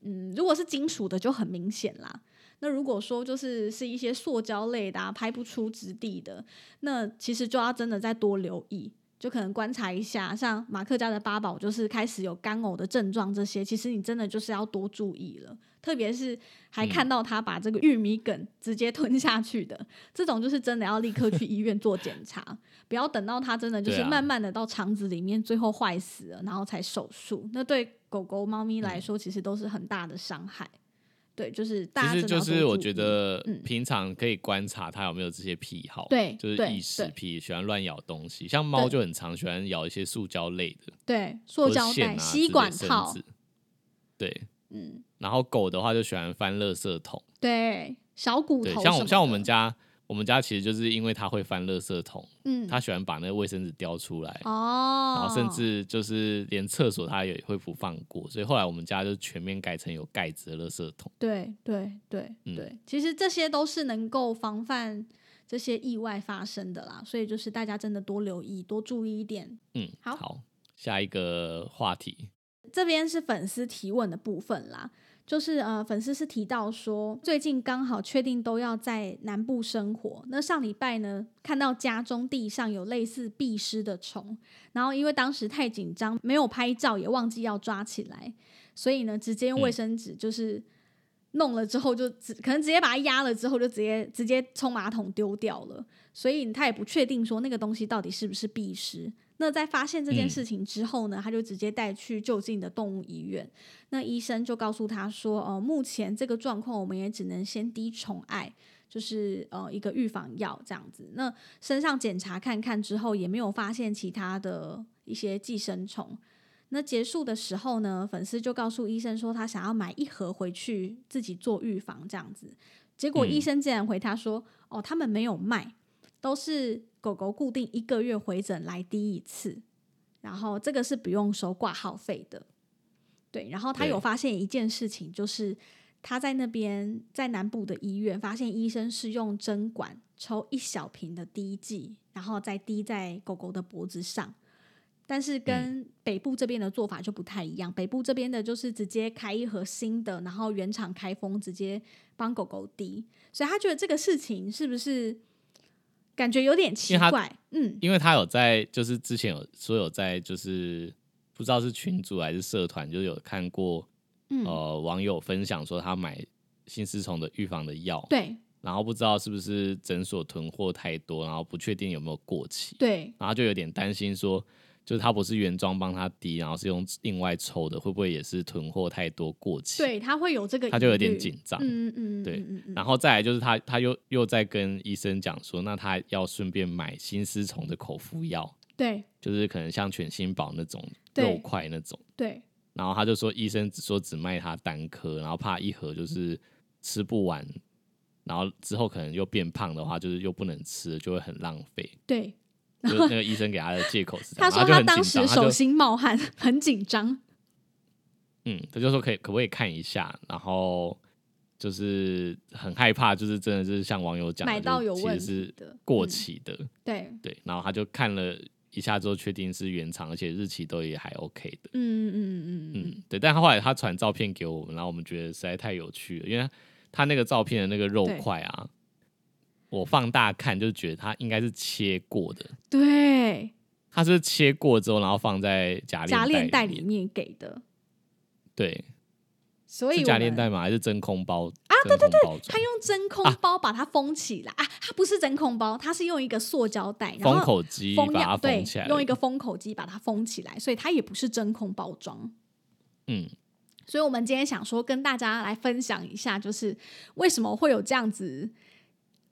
[SPEAKER 3] 嗯，如果是金属的就很明显啦。那如果说就是是一些塑胶类的、啊，拍不出质地的，那其实就要真的再多留意，就可能观察一下，像马克家的八宝就是开始有干呕的症状这些，其实你真的就是要多注意了，特别是还
[SPEAKER 2] 嗯
[SPEAKER 3] 看到他把这个玉米梗直接吞下去的，这种就是真的要立刻去医院做检查，不要等到它真的就
[SPEAKER 2] 对
[SPEAKER 3] 是
[SPEAKER 2] 啊
[SPEAKER 3] 慢慢的到肠子里面，最后坏死了，然后才手术。那对狗狗、猫咪
[SPEAKER 2] 嗯
[SPEAKER 3] 来说，其实都是很大的伤害。对，就是大家
[SPEAKER 2] 其实
[SPEAKER 3] 真的
[SPEAKER 2] 就
[SPEAKER 3] 要
[SPEAKER 2] 是
[SPEAKER 3] 多
[SPEAKER 2] 我
[SPEAKER 3] 注
[SPEAKER 2] 觉
[SPEAKER 3] 意
[SPEAKER 2] 得
[SPEAKER 3] 嗯
[SPEAKER 2] 平常可以观察它有没有这些癖好，
[SPEAKER 3] 对
[SPEAKER 2] 就是
[SPEAKER 3] 对
[SPEAKER 2] 异食
[SPEAKER 3] 对
[SPEAKER 2] 癖，喜欢乱咬东西。像猫
[SPEAKER 3] 对
[SPEAKER 2] 就很常喜欢咬一些塑胶类的，
[SPEAKER 3] 对
[SPEAKER 2] 或
[SPEAKER 3] 塑
[SPEAKER 2] 是
[SPEAKER 3] 胶
[SPEAKER 2] 线
[SPEAKER 3] 袋、
[SPEAKER 2] 啊之类
[SPEAKER 3] 吸
[SPEAKER 2] 的
[SPEAKER 3] 管
[SPEAKER 2] 绳
[SPEAKER 3] 套，
[SPEAKER 2] 子对。
[SPEAKER 3] 嗯，
[SPEAKER 2] 然后狗的话就喜欢翻垃圾桶，
[SPEAKER 3] 对，小骨
[SPEAKER 2] 对，
[SPEAKER 3] 头，
[SPEAKER 2] 像我像我们，家，我们家其实就是因为它会翻垃圾桶，
[SPEAKER 3] 嗯，
[SPEAKER 2] 它喜欢把那个卫生纸叼出来，
[SPEAKER 3] 哦，
[SPEAKER 2] 然后甚至就是连厕所它也会不放过，所以后来我们家就全面改成有盖子的垃圾桶。
[SPEAKER 3] 对对对
[SPEAKER 2] 嗯
[SPEAKER 3] 对，其实这些都是能够防范这些意外发生的啦，所以就是大家真的多留意、多注意一点。
[SPEAKER 2] 嗯，
[SPEAKER 3] 好
[SPEAKER 2] 下一个话题，
[SPEAKER 3] 这边是粉丝提问的部分啦，就是呃，粉丝是提到说，最近刚好确定都要在南部生活，那上礼拜呢，看到家中地上有类似壁虱的虫，然后因为当时太紧张，没有拍照，也忘记要抓起来，所以呢，直接用卫生纸就是弄了之后就直，可能直接把它压了之后就直接直接冲马桶丢掉了，所以他也不确定说那个东西到底是不是壁虱。那在发现这件
[SPEAKER 2] 嗯
[SPEAKER 3] 事情之后呢，他就直接带去就近的动物医院。那医生就告诉他说，呃，目前这个状况我们也只能先滴虫艾，就是呃一个预防药这样子。那身上检查看看之后，也没有发现其他的一些寄生虫。那结束的时候呢，粉丝就告诉医生说，他想要买一盒回去自己做预防这样子。结果
[SPEAKER 2] 嗯
[SPEAKER 3] 医生竟然回他说，哦，他们没有卖，都是狗狗固定一个月回诊来滴一次，然后这个是不用收挂号费的。对，然后他
[SPEAKER 2] 对
[SPEAKER 3] 有发现一件事情，就是他在那边在南部的医院发现医生是用针管抽一小瓶的滴剂，然后再滴在狗狗的脖子上。但是
[SPEAKER 2] 嗯
[SPEAKER 3] 跟北部这边的做法就不太一样，北部这边的就是直接开一盒新的，然后原厂开封，直接帮狗狗滴。所以他觉得这个事情是不是感觉有点奇
[SPEAKER 2] 因为它
[SPEAKER 3] 怪？嗯，
[SPEAKER 2] 因为他有在，就是之前有说有在，就是不知道是群主还是社团，就是有看过，
[SPEAKER 3] 嗯
[SPEAKER 2] 呃，网友分享说他买新丝虫的预防的药，
[SPEAKER 3] 对
[SPEAKER 2] 然后不知道是不是诊所囤货太多，然后不确定有没有过期，
[SPEAKER 3] 对，
[SPEAKER 2] 然后就有点担心说，就是他不是原装帮他滴，然后是用另外抽的，会不会也是囤货太多过期？，
[SPEAKER 3] 对，他会有这个疑虑，
[SPEAKER 2] 他就有点紧张。
[SPEAKER 3] 嗯。嗯嗯，
[SPEAKER 2] 对
[SPEAKER 3] 嗯嗯嗯
[SPEAKER 2] 然后再来就是他，他又又在跟医生讲说，那他要顺便买新丝虫的口服药，
[SPEAKER 3] 对
[SPEAKER 2] 就是可能像全新宝那种
[SPEAKER 3] 对
[SPEAKER 2] 肉块那种。
[SPEAKER 3] 对
[SPEAKER 2] 然后他就说，医生只说只卖他单颗，然后怕一盒就是吃不完，然后之后可能又变胖的话，就是又不能吃，就会很浪 费。
[SPEAKER 3] 对，
[SPEAKER 2] 就是那个医生给他的借口是这
[SPEAKER 3] 他
[SPEAKER 2] 样，
[SPEAKER 3] 说
[SPEAKER 2] 然后就很
[SPEAKER 3] 当
[SPEAKER 2] 紧
[SPEAKER 3] 时
[SPEAKER 2] 张，他
[SPEAKER 3] 手
[SPEAKER 2] 就
[SPEAKER 3] 心冒汗，很紧张。
[SPEAKER 2] 嗯，他就说可以可不可以看一下，然后就是很害怕，就是真的就是像网友讲的，
[SPEAKER 3] 买到有
[SPEAKER 2] 就是
[SPEAKER 3] 问题
[SPEAKER 2] 其实是
[SPEAKER 3] 的
[SPEAKER 2] 过
[SPEAKER 3] 嗯
[SPEAKER 2] 期的，
[SPEAKER 3] 对，
[SPEAKER 2] 对，然后他就看了一下之后，确定是原厂，而且日期都也还 OK 的。
[SPEAKER 3] 嗯嗯嗯嗯
[SPEAKER 2] 嗯，对，但他后来他传照片给我们，然后我们觉得实在太有趣了，因为他那个照片的那个肉
[SPEAKER 3] 对
[SPEAKER 2] 块啊，我放大看就觉得它应该是切过的，
[SPEAKER 3] 对，
[SPEAKER 2] 它是切过之后，然后放在夹
[SPEAKER 3] 夹链
[SPEAKER 2] 链
[SPEAKER 3] 袋
[SPEAKER 2] 里
[SPEAKER 3] 里，面给的，
[SPEAKER 2] 对，
[SPEAKER 3] 所以
[SPEAKER 2] 是
[SPEAKER 3] 我
[SPEAKER 2] 夹链
[SPEAKER 3] 们
[SPEAKER 2] 袋吗？啊还是真空包啊？对对对，
[SPEAKER 3] 他用真空包把它封起来啊，它不是真空包，它是用一个塑胶袋，然
[SPEAKER 2] 封
[SPEAKER 3] 后
[SPEAKER 2] 口机
[SPEAKER 3] 封
[SPEAKER 2] 把
[SPEAKER 3] 样
[SPEAKER 2] 它
[SPEAKER 3] 对
[SPEAKER 2] 封起来，，
[SPEAKER 3] 用一个封口机把它封起来，所以它也不是真空包装。
[SPEAKER 2] 嗯，
[SPEAKER 3] 所以我们今天想说跟大家来分享一下，就是为什么会有这样子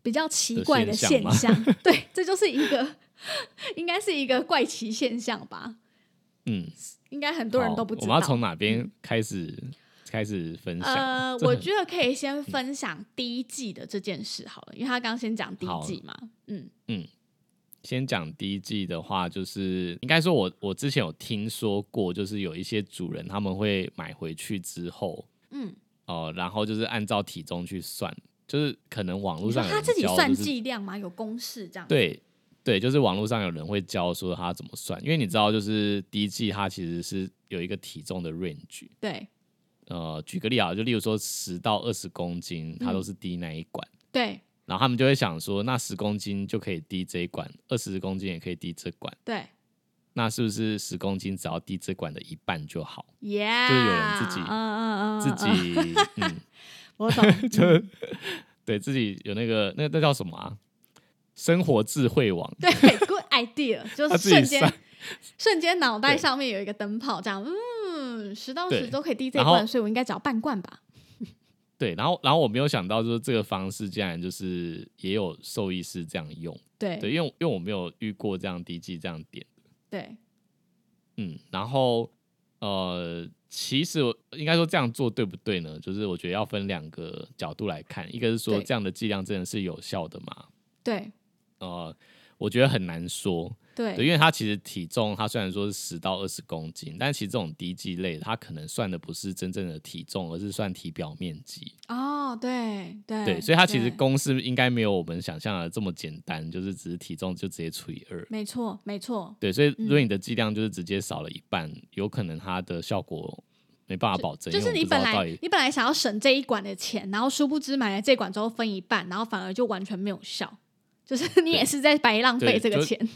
[SPEAKER 3] 比较奇怪的现
[SPEAKER 2] 的
[SPEAKER 3] 象。对，这就是一个应该是一个怪奇现象吧，
[SPEAKER 2] 嗯，
[SPEAKER 3] 应该很多人
[SPEAKER 2] 好
[SPEAKER 3] 都不知
[SPEAKER 2] 我
[SPEAKER 3] 道。嗯
[SPEAKER 2] 们要从哪边开始开始分享？
[SPEAKER 3] 呃，
[SPEAKER 2] 这
[SPEAKER 3] 我
[SPEAKER 2] 很
[SPEAKER 3] 觉得可以
[SPEAKER 2] 嗯
[SPEAKER 3] 先分享第一季的这件事好了，因为他刚刚先讲第一
[SPEAKER 2] 好
[SPEAKER 3] 季嘛，嗯，
[SPEAKER 2] 先讲第一季的话，就是应该说我我之前有听说过，就是有一些主人他们会买回去之后，
[SPEAKER 3] 嗯，
[SPEAKER 2] 哦、然后就是按照体重去算，就是可能网络
[SPEAKER 3] 你说
[SPEAKER 2] 上有
[SPEAKER 3] 他
[SPEAKER 2] 人
[SPEAKER 3] 自己
[SPEAKER 2] 教
[SPEAKER 3] 算
[SPEAKER 2] 就是
[SPEAKER 3] 剂量吗？有公式这样？，
[SPEAKER 2] 对对，就是网络上有人会教说他怎么算，因为你知道，就是第一季它其实是有一个体重的 range，
[SPEAKER 3] 对
[SPEAKER 2] 呃，举个例啊，就例如说十到二十公斤，它
[SPEAKER 3] 嗯
[SPEAKER 2] 都是低那一管。
[SPEAKER 3] 对
[SPEAKER 2] 然后他们就会想说，那十公斤就可以低这一管，二十公斤也可以低这管。
[SPEAKER 3] 对
[SPEAKER 2] 那是不是十公斤只要低这管的一半就好？
[SPEAKER 3] ，Yeah，
[SPEAKER 2] 就是有人自己
[SPEAKER 3] 嗯嗯嗯，
[SPEAKER 2] 自
[SPEAKER 3] 嗯，
[SPEAKER 2] 己， 嗯，
[SPEAKER 3] 我 懂，
[SPEAKER 2] 就对自己有那个那那叫什么啊？生活智慧网，
[SPEAKER 3] 对，Good idea，就
[SPEAKER 2] 他
[SPEAKER 3] 是
[SPEAKER 2] 自己
[SPEAKER 3] 瞬间
[SPEAKER 2] 算
[SPEAKER 3] 瞬间脑袋
[SPEAKER 2] 对
[SPEAKER 3] 上面有一个灯泡，这样，嗯，十到
[SPEAKER 2] 对
[SPEAKER 3] 十都可以滴这一
[SPEAKER 2] 然后
[SPEAKER 3] 罐，所以我应该只要半罐吧？
[SPEAKER 2] 对。然后，然后我没有想到，就是这个方式竟然就是也有兽医师这样用，对，
[SPEAKER 3] 对
[SPEAKER 2] 因为因为我没有遇过这样低剂这样点，
[SPEAKER 3] 对
[SPEAKER 2] 嗯，然后呃，其实我应该说这样做对不对呢？就是我觉得要分两个角度来看，一个是说
[SPEAKER 3] 对
[SPEAKER 2] 这样的剂量真的是有效的吗？
[SPEAKER 3] 对
[SPEAKER 2] 呃，我觉得很难说，对，
[SPEAKER 3] 对
[SPEAKER 2] 因为它其实体重它虽然说是十到二十公斤，但其实这种低剂类的它可能算的不是真正的体重，而是算体表面积。
[SPEAKER 3] 哦，对对
[SPEAKER 2] 对，所以它其
[SPEAKER 3] 嗯对
[SPEAKER 2] 实公式应该没有我们想象的这么简单，就是只是体重就直接除以二。
[SPEAKER 3] 没错没错，
[SPEAKER 2] 对，所以如果你的剂量就是直接少了一半，有可能它的效果没办法保证，
[SPEAKER 3] 就是
[SPEAKER 2] 因
[SPEAKER 3] 你
[SPEAKER 2] 为我不知
[SPEAKER 3] 本
[SPEAKER 2] 道到
[SPEAKER 3] 来
[SPEAKER 2] 底
[SPEAKER 3] 你本来想要省这一管的钱，然后殊不知买了这管之后分一半，然后反而就完全没有效，就是你也是在白浪费
[SPEAKER 2] 对
[SPEAKER 3] 这个
[SPEAKER 2] 就
[SPEAKER 3] 钱。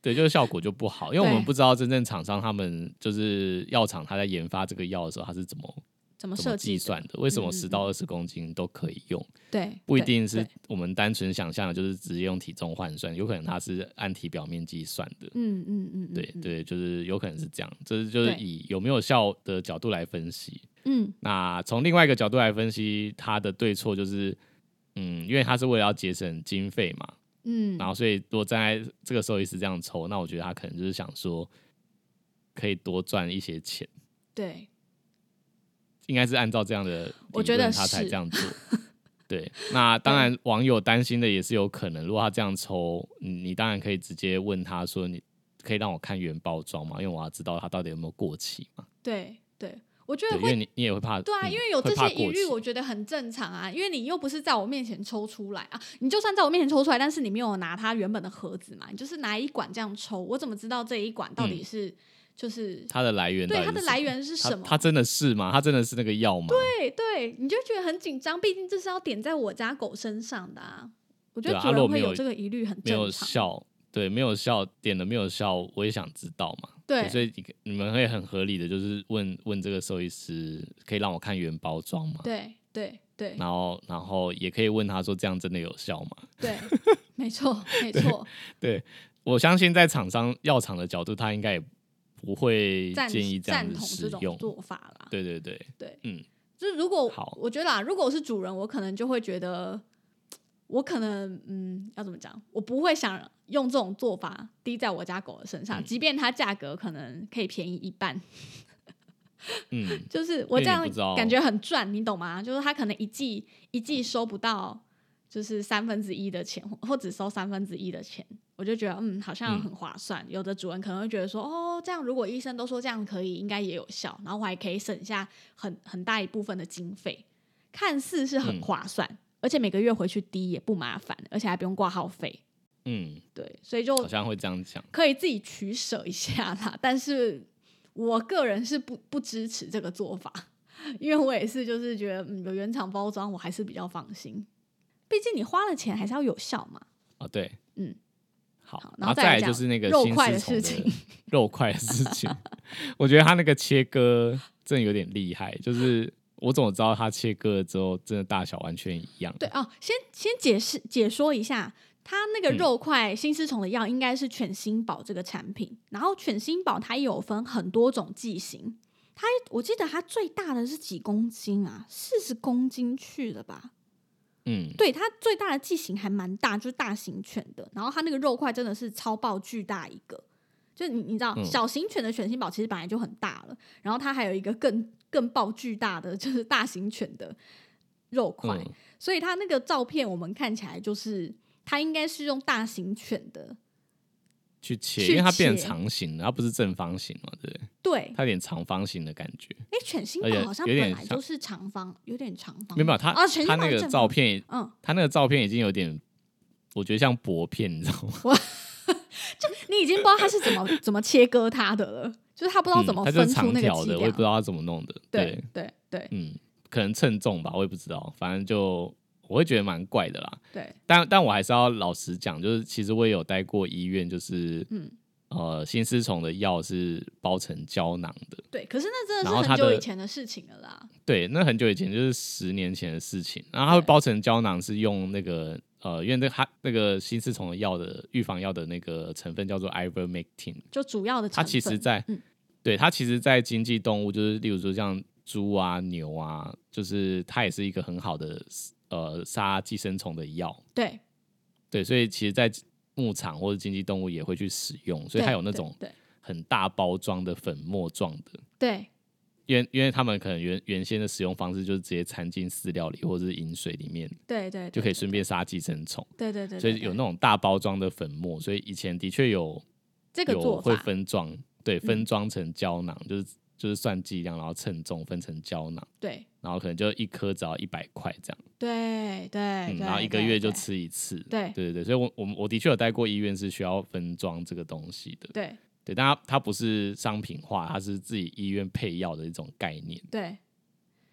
[SPEAKER 2] 对，就是效果就不好，因为我们
[SPEAKER 3] 对
[SPEAKER 2] 不知道真正厂商他们就是药厂他在研发这个药的时候，他是怎么
[SPEAKER 3] 怎么
[SPEAKER 2] 怎么
[SPEAKER 3] 设计
[SPEAKER 2] 计
[SPEAKER 3] 的？
[SPEAKER 2] 算的？为什
[SPEAKER 3] 嗯
[SPEAKER 2] 么
[SPEAKER 3] 嗯
[SPEAKER 2] 十到二十公斤都可以用？
[SPEAKER 3] 对，
[SPEAKER 2] 不一
[SPEAKER 3] 对
[SPEAKER 2] 定是
[SPEAKER 3] 对
[SPEAKER 2] 我们单纯想象的，就是直接用体重换算，有可能它是按体表面积算的。
[SPEAKER 3] 嗯嗯嗯，嗯
[SPEAKER 2] 对，对，就是有可能是这样，这是就是
[SPEAKER 3] 对
[SPEAKER 2] 以有没有效的角度来分析。
[SPEAKER 3] 嗯
[SPEAKER 2] 那从另外一个角度来分析，它的对错就是，嗯，因为它是为了要节省经费嘛，
[SPEAKER 3] 嗯，
[SPEAKER 2] 然后所以如果站在这个兽医师这样抽，那我觉得他可能就是想说，可以多赚一些钱，
[SPEAKER 3] 对
[SPEAKER 2] 应该是按照这样的理论，
[SPEAKER 3] 我觉得
[SPEAKER 2] 他才
[SPEAKER 3] 是
[SPEAKER 2] 这样做。对，那当然网友担心的也是有可能，如果他这样抽，你你当然可以直接问他说，你可以让我看原包装嘛，因为我要知道它到底有没有过期嘛。
[SPEAKER 3] 对对，我觉
[SPEAKER 2] 对，
[SPEAKER 3] 得
[SPEAKER 2] 因为
[SPEAKER 3] 会。
[SPEAKER 2] 你你也会怕，
[SPEAKER 3] 对啊，
[SPEAKER 2] 嗯
[SPEAKER 3] 因为有
[SPEAKER 2] 会
[SPEAKER 3] 这
[SPEAKER 2] 怕
[SPEAKER 3] 些疑
[SPEAKER 2] 过
[SPEAKER 3] 虑，
[SPEAKER 2] 期
[SPEAKER 3] 我觉得很正常啊。因为你又不是在我面前抽出来啊，你就算在我面前抽出来，但是你没有拿它原本的盒子嘛，你就是拿一管这样抽，我怎么知道这一管到底是、就是
[SPEAKER 2] 嗯它的来源到
[SPEAKER 3] 对
[SPEAKER 2] 底
[SPEAKER 3] 它
[SPEAKER 2] 是
[SPEAKER 3] 的
[SPEAKER 2] 什
[SPEAKER 3] 来
[SPEAKER 2] 么
[SPEAKER 3] 源是
[SPEAKER 2] 它
[SPEAKER 3] 什么？
[SPEAKER 2] 它真的是吗？它真的是那个药吗？
[SPEAKER 3] 对对，你就觉得很紧张，毕竟这是要点在我家狗身上的啊。我觉
[SPEAKER 2] 对
[SPEAKER 3] 得
[SPEAKER 2] 啊
[SPEAKER 3] 主
[SPEAKER 2] 如果
[SPEAKER 3] 人
[SPEAKER 2] 没
[SPEAKER 3] 会
[SPEAKER 2] 有
[SPEAKER 3] 这个疑虑很
[SPEAKER 2] 没有
[SPEAKER 3] 正常。
[SPEAKER 2] 效，对，没有效，点了没有效，我也想知道嘛。
[SPEAKER 3] 对
[SPEAKER 2] 所以你你们会很合理的，就是问问这个兽医师，可以让我看原包装吗？
[SPEAKER 3] 对对对
[SPEAKER 2] 然后，然后也可以问他说，这样真的有效吗？
[SPEAKER 3] 对，没错没错，
[SPEAKER 2] 对我相信，在厂商药厂的角度，他应该也不会
[SPEAKER 3] 赞
[SPEAKER 2] 建议这样
[SPEAKER 3] 赞
[SPEAKER 2] 子
[SPEAKER 3] 同
[SPEAKER 2] 使
[SPEAKER 3] 这种
[SPEAKER 2] 用。
[SPEAKER 3] 做法啦。
[SPEAKER 2] 对对对，
[SPEAKER 3] 对，
[SPEAKER 2] 嗯，
[SPEAKER 3] 就是如果
[SPEAKER 2] 好
[SPEAKER 3] 我觉得啦，如果我是主人，我可能就会觉得，我可能嗯，要怎么讲，我不会想用这种做法滴在我家狗的身上，
[SPEAKER 2] 嗯
[SPEAKER 3] 即便它价格可能可以便宜一半，
[SPEAKER 2] 嗯，
[SPEAKER 3] 就是我
[SPEAKER 2] 因为你
[SPEAKER 3] 这样
[SPEAKER 2] 不知道
[SPEAKER 3] 感觉很赚，你懂吗？就是他可能一季一季收不到就是三分之一的钱，或或只收三分之一的钱，我就觉得嗯，好像很划算。有的主人可能会觉得说，哦，这样如果医生都说这样可以，应该也有效，然后我还可以省下很很大一部分的经费，看似是很
[SPEAKER 2] 嗯
[SPEAKER 3] 划算，而且每个月回去滴也不麻烦，而且还不用挂号费。
[SPEAKER 2] 嗯，
[SPEAKER 3] 对，所以就
[SPEAKER 2] 好像会这样讲。
[SPEAKER 3] 可以自己取舍一下啦。但是我个人是不不支持这个做法，因为我也是就是觉得嗯有原厂包装我还是比较放心，毕竟你花了钱还是要有效嘛。
[SPEAKER 2] 哦，对，
[SPEAKER 3] 嗯，
[SPEAKER 2] 好，
[SPEAKER 3] 好然
[SPEAKER 2] 然
[SPEAKER 3] 后
[SPEAKER 2] 后
[SPEAKER 3] 再
[SPEAKER 2] 再
[SPEAKER 3] 来
[SPEAKER 2] 来
[SPEAKER 3] 讲
[SPEAKER 2] 就是那个
[SPEAKER 3] 肉
[SPEAKER 2] 新
[SPEAKER 3] 块
[SPEAKER 2] 丝
[SPEAKER 3] 的
[SPEAKER 2] 虫
[SPEAKER 3] 事
[SPEAKER 2] 的
[SPEAKER 3] 情
[SPEAKER 2] 肉块的事情， 我觉得他那个切割真的有点厉害，就是我怎么知道他切割了之后真的大小完全一样？
[SPEAKER 3] 对哦，先先解释解说一下，它那个
[SPEAKER 2] 嗯
[SPEAKER 3] 肉块新丝虫的药应该是犬心宝这个产品，然后犬心宝它也有分很多种剂型。它，我记得它最大的是几公斤啊？四十公斤去了吧？
[SPEAKER 2] 嗯，
[SPEAKER 3] 对，它最大的剂型还蛮大，就是大型犬的。然后它那个肉块真的是超爆巨大一个，就是你你知道，
[SPEAKER 2] 嗯
[SPEAKER 3] 小型犬的犬心宝其实本来就很大了，然后它还有一个更更爆巨大的，就是大型犬的肉块。
[SPEAKER 2] 嗯
[SPEAKER 3] 所以它那个照片我们看起来就是它应该是用大型犬的，
[SPEAKER 2] 去切，
[SPEAKER 3] 去
[SPEAKER 2] 因为它变
[SPEAKER 3] 切
[SPEAKER 2] 成长形了，它不是正方形嘛，对不对？
[SPEAKER 3] 对。
[SPEAKER 2] 它有点长方形的感觉。
[SPEAKER 3] 哎，犬心
[SPEAKER 2] 而
[SPEAKER 3] 宝
[SPEAKER 2] 且
[SPEAKER 3] 好像
[SPEAKER 2] 有
[SPEAKER 3] 本
[SPEAKER 2] 点
[SPEAKER 3] 来
[SPEAKER 2] 像
[SPEAKER 3] 就是长方，有点长方。
[SPEAKER 2] 没有没有，它
[SPEAKER 3] 啊，犬心
[SPEAKER 2] 它
[SPEAKER 3] 宝
[SPEAKER 2] 那
[SPEAKER 3] 是
[SPEAKER 2] 个
[SPEAKER 3] 正
[SPEAKER 2] 照
[SPEAKER 3] 方，
[SPEAKER 2] 片，
[SPEAKER 3] 嗯，
[SPEAKER 2] 它那个照片已经有点，我觉得像薄片，你知道吗？
[SPEAKER 3] 你已经不知道它是怎么怎么切割它的了，就是它不知道
[SPEAKER 2] 嗯
[SPEAKER 3] 怎么
[SPEAKER 2] 它就
[SPEAKER 3] 分
[SPEAKER 2] 是
[SPEAKER 3] 出
[SPEAKER 2] 长
[SPEAKER 3] 那个
[SPEAKER 2] 条
[SPEAKER 3] 剂
[SPEAKER 2] 的，
[SPEAKER 3] 量。
[SPEAKER 2] 我也不知道它怎么弄的。对
[SPEAKER 3] 对，对对
[SPEAKER 2] 嗯，可能称重吧，我也不知道，反正就我会觉得蛮怪的啦。
[SPEAKER 3] 对，
[SPEAKER 2] 但但我还是要老实讲，就是其实我也有待过医院，就是
[SPEAKER 3] 嗯
[SPEAKER 2] 呃，新丝虫的药是包成胶囊的，
[SPEAKER 3] 对，可是那真的
[SPEAKER 2] 然
[SPEAKER 3] 是
[SPEAKER 2] 后
[SPEAKER 3] 很
[SPEAKER 2] 它
[SPEAKER 3] 久
[SPEAKER 2] 的
[SPEAKER 3] 以前的事情了啦。
[SPEAKER 2] 对，那很久以前就是十年前的事情。然后它会
[SPEAKER 3] 对
[SPEAKER 2] 包成胶囊是用那个呃，因为那它那个新丝虫的药的预防药的那个成分叫做 ivermectin，
[SPEAKER 3] 就主要的
[SPEAKER 2] 它
[SPEAKER 3] 成分，
[SPEAKER 2] 其实在，
[SPEAKER 3] 嗯
[SPEAKER 2] 对它其实，在经济动物，就是例如说像猪啊、牛啊，就是它也是一个很好的呃杀寄生虫的药。
[SPEAKER 3] 对
[SPEAKER 2] 对，所以其实，在牧场或者经济动物也会去使用，所以
[SPEAKER 3] 对
[SPEAKER 2] 它有那
[SPEAKER 3] 对
[SPEAKER 2] 种
[SPEAKER 3] 对
[SPEAKER 2] 很大包装的粉末状的。
[SPEAKER 3] 对
[SPEAKER 2] 因为因为他们可能原原先的使用方式就是直接掺进饲料里或者是饮水里面，
[SPEAKER 3] 对对，
[SPEAKER 2] 就可以
[SPEAKER 3] 对
[SPEAKER 2] 顺便杀寄生虫。
[SPEAKER 3] 对对对，
[SPEAKER 2] 所
[SPEAKER 3] 对
[SPEAKER 2] 以有那种大包装的粉末，所以以前的确有
[SPEAKER 3] 这个
[SPEAKER 2] 有
[SPEAKER 3] 做
[SPEAKER 2] 会
[SPEAKER 3] 法，嗯
[SPEAKER 2] 分装，对，分装成胶囊，就是就是算剂量，然后称重分成胶囊，
[SPEAKER 3] 对
[SPEAKER 2] 然后可能就一颗只要一百块这样，
[SPEAKER 3] 对对
[SPEAKER 2] 嗯，
[SPEAKER 3] 哎对，
[SPEAKER 2] 然后一个
[SPEAKER 3] 对
[SPEAKER 2] 月就
[SPEAKER 3] 对
[SPEAKER 2] 吃一次，
[SPEAKER 3] 对
[SPEAKER 2] 对对对，所以我我们我的确有待过医院是需要分装这个东西的，
[SPEAKER 3] 对
[SPEAKER 2] 对，但它它不是商品化，它是自己医院配药的一种概念，
[SPEAKER 3] 对，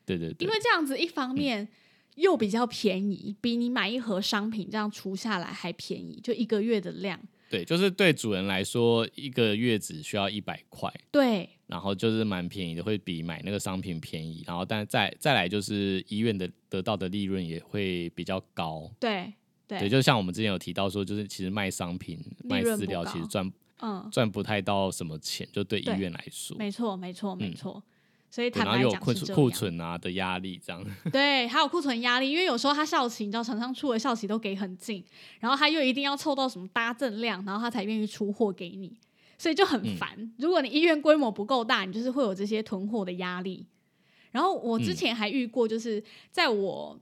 [SPEAKER 2] 对嗯对对，
[SPEAKER 3] 因为这样子一方面。又比较便宜，比你买一盒商品这样除下来还便宜，就一个月的量。
[SPEAKER 2] 对，就是对主人来说，一个月只需要一百块，
[SPEAKER 3] 对
[SPEAKER 2] 然后就是蛮便宜的，会比买那个商品便宜，然后但再再来就是医院的得到的利润也会比较高，
[SPEAKER 3] 对对，
[SPEAKER 2] 对，就像我们之前有提到说，就是其实卖商品、卖
[SPEAKER 3] 利润
[SPEAKER 2] 饲料
[SPEAKER 3] 不高
[SPEAKER 2] 其实赚
[SPEAKER 3] 嗯，
[SPEAKER 2] 赚不太到什么钱，就对医
[SPEAKER 3] 对
[SPEAKER 2] 院来说，
[SPEAKER 3] 没错没错没
[SPEAKER 2] 嗯
[SPEAKER 3] 错。所以
[SPEAKER 2] 对
[SPEAKER 3] 坦
[SPEAKER 2] 然后
[SPEAKER 3] 白
[SPEAKER 2] 又有
[SPEAKER 3] 讲
[SPEAKER 2] 库
[SPEAKER 3] 是这
[SPEAKER 2] 存
[SPEAKER 3] 样
[SPEAKER 2] 库存啊的压力，这样
[SPEAKER 3] 对，还有库存压力，因为有时候他校期，你知道厂商出的校期都给很近，然后他又一定要凑到什么搭赠量，然后他才愿意出货给你，所以就很烦。如果你医院规模不够大，你就是会有这些囤货的压力。然后我之
[SPEAKER 2] 嗯
[SPEAKER 3] 前还遇过，就是在我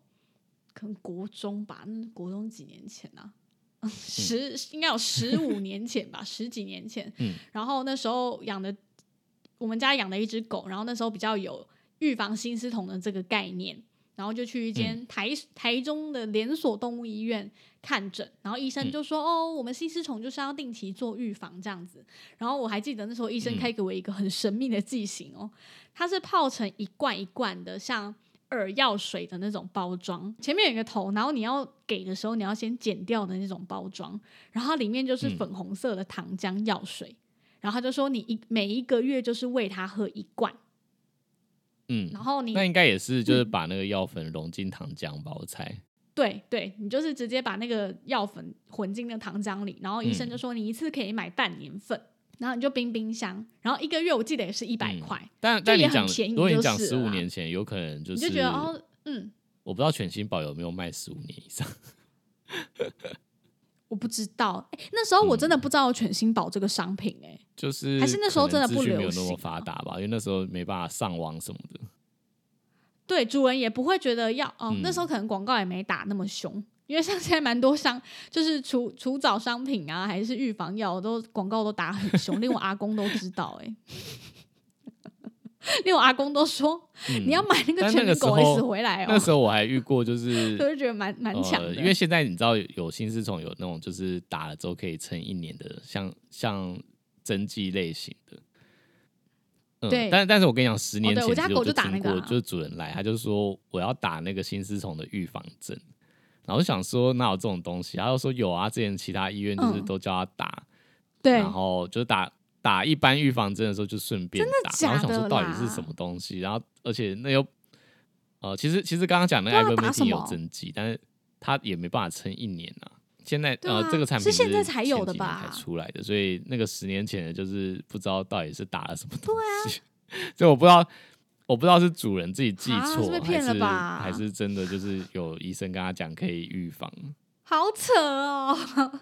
[SPEAKER 3] 可能国中吧，那国中几年前啊，十应该有十五年前吧，十几年前。
[SPEAKER 2] 嗯
[SPEAKER 3] 然后那时候养的，我们家养的一只狗，然后那时候比较有预防心丝虫的这个概念，然后就去一间
[SPEAKER 2] 嗯
[SPEAKER 3] 台、台中的连锁动物医院看诊，然后医
[SPEAKER 2] 嗯
[SPEAKER 3] 生就说：“哦，我们心丝虫就是要定期做预防这样子。”然后我还记得那时候医生
[SPEAKER 2] 嗯
[SPEAKER 3] 开给我一个很神秘的剂型哦，它是泡成一罐一罐的，像。饵药水的那种包装，前面有一个头，然后你要给的时候，你要先剪掉的那种包装，然后它里面就是
[SPEAKER 2] 嗯
[SPEAKER 3] 粉红色的糖浆药水，然后他就说你一每一个月就是喂它喝一罐，
[SPEAKER 2] 嗯，
[SPEAKER 3] 然后你嗯
[SPEAKER 2] 那应该也是就是把那个药粉融进糖浆吧，我猜，
[SPEAKER 3] 对对，你就是直接把那个药粉混进那个糖浆里，然后医生
[SPEAKER 2] 嗯
[SPEAKER 3] 就说你一次可以买半年份，然后你就冰冰箱，然后一个月我记得也是一百
[SPEAKER 2] 嗯
[SPEAKER 3] 块，
[SPEAKER 2] 但
[SPEAKER 3] 就
[SPEAKER 2] 但
[SPEAKER 3] 也
[SPEAKER 2] 你
[SPEAKER 3] 很
[SPEAKER 2] 讲，
[SPEAKER 3] 便宜
[SPEAKER 2] 如果你
[SPEAKER 3] 就
[SPEAKER 2] 讲
[SPEAKER 3] 是
[SPEAKER 2] 十
[SPEAKER 3] 了
[SPEAKER 2] 五
[SPEAKER 3] 啦
[SPEAKER 2] 年前，有可能就
[SPEAKER 3] 你
[SPEAKER 2] 是
[SPEAKER 3] 就觉得哦，嗯，
[SPEAKER 2] 我不知道全新宝有没有卖十五年以上。
[SPEAKER 3] 我不知道，哎，那时候我真的不知道有犬星宝这个商品、哎、
[SPEAKER 2] 就是
[SPEAKER 3] 还是那时候
[SPEAKER 2] 可能
[SPEAKER 3] 真的不
[SPEAKER 2] 资讯没
[SPEAKER 3] 流
[SPEAKER 2] 有那
[SPEAKER 3] 行
[SPEAKER 2] 么
[SPEAKER 3] 啊
[SPEAKER 2] 发达吧，因为那时候没办法上网什么的。
[SPEAKER 3] 对，主人也不会觉得要哦，
[SPEAKER 2] 嗯
[SPEAKER 3] 那时候可能广告也没打那么凶，因为像现在蛮多商就是除除藻商品啊，还是预防药，都广告都打很凶，连我阿公都知道哎、 连我阿公都说、
[SPEAKER 2] 嗯
[SPEAKER 3] 你要买那个
[SPEAKER 2] 但
[SPEAKER 3] 全
[SPEAKER 2] 那个
[SPEAKER 3] 民狗
[SPEAKER 2] 时候
[SPEAKER 3] S 回来哦、
[SPEAKER 2] 那时候我还遇过，就
[SPEAKER 3] 就是是觉得蛮蛮强的、
[SPEAKER 2] 呃，因为现在你知道有新丝虫有那种就是打了之后可以撑一年的，像像针剂类型的。嗯
[SPEAKER 3] 对哦
[SPEAKER 2] 但但是我跟你讲，十年
[SPEAKER 3] 对
[SPEAKER 2] 前
[SPEAKER 3] 我
[SPEAKER 2] 其
[SPEAKER 3] 家
[SPEAKER 2] 实
[SPEAKER 3] 狗
[SPEAKER 2] 就
[SPEAKER 3] 就打
[SPEAKER 2] 听
[SPEAKER 3] 那个
[SPEAKER 2] 过，
[SPEAKER 3] 啊
[SPEAKER 2] 就是主人来，他就说我要打那个新丝虫的预防针，然后我就想说哪有这种东西，他就说有啊，之前其他医院就是
[SPEAKER 3] 嗯
[SPEAKER 2] 都叫他打，
[SPEAKER 3] 对
[SPEAKER 2] 然后就打打一般预防针的时候就顺便打，
[SPEAKER 3] 假
[SPEAKER 2] 然后想说
[SPEAKER 3] 的
[SPEAKER 2] 到
[SPEAKER 3] 啦
[SPEAKER 2] 底是什么东西，然后而且那又呃，其实其实刚刚讲那个
[SPEAKER 3] 对啊
[SPEAKER 2] i v e r m e
[SPEAKER 3] 打
[SPEAKER 2] c t
[SPEAKER 3] 什
[SPEAKER 2] i
[SPEAKER 3] 么
[SPEAKER 2] 有针剂，但是它也没办法撑一年啊。现在、
[SPEAKER 3] 对啊
[SPEAKER 2] 呃，这个产品
[SPEAKER 3] 是现在才
[SPEAKER 2] 才
[SPEAKER 3] 有的吧
[SPEAKER 2] 才出来的，所以那个十年前的就是不知道到底是打了什么东
[SPEAKER 3] 啊
[SPEAKER 2] 西， 所以我不知道。我不知道是主人自己记
[SPEAKER 3] 啊是
[SPEAKER 2] 错、
[SPEAKER 3] 被
[SPEAKER 2] 还
[SPEAKER 3] 骗了
[SPEAKER 2] 是
[SPEAKER 3] 吧
[SPEAKER 2] 还是真的就是有医生跟他讲可以预防，
[SPEAKER 3] 好扯哦！ 但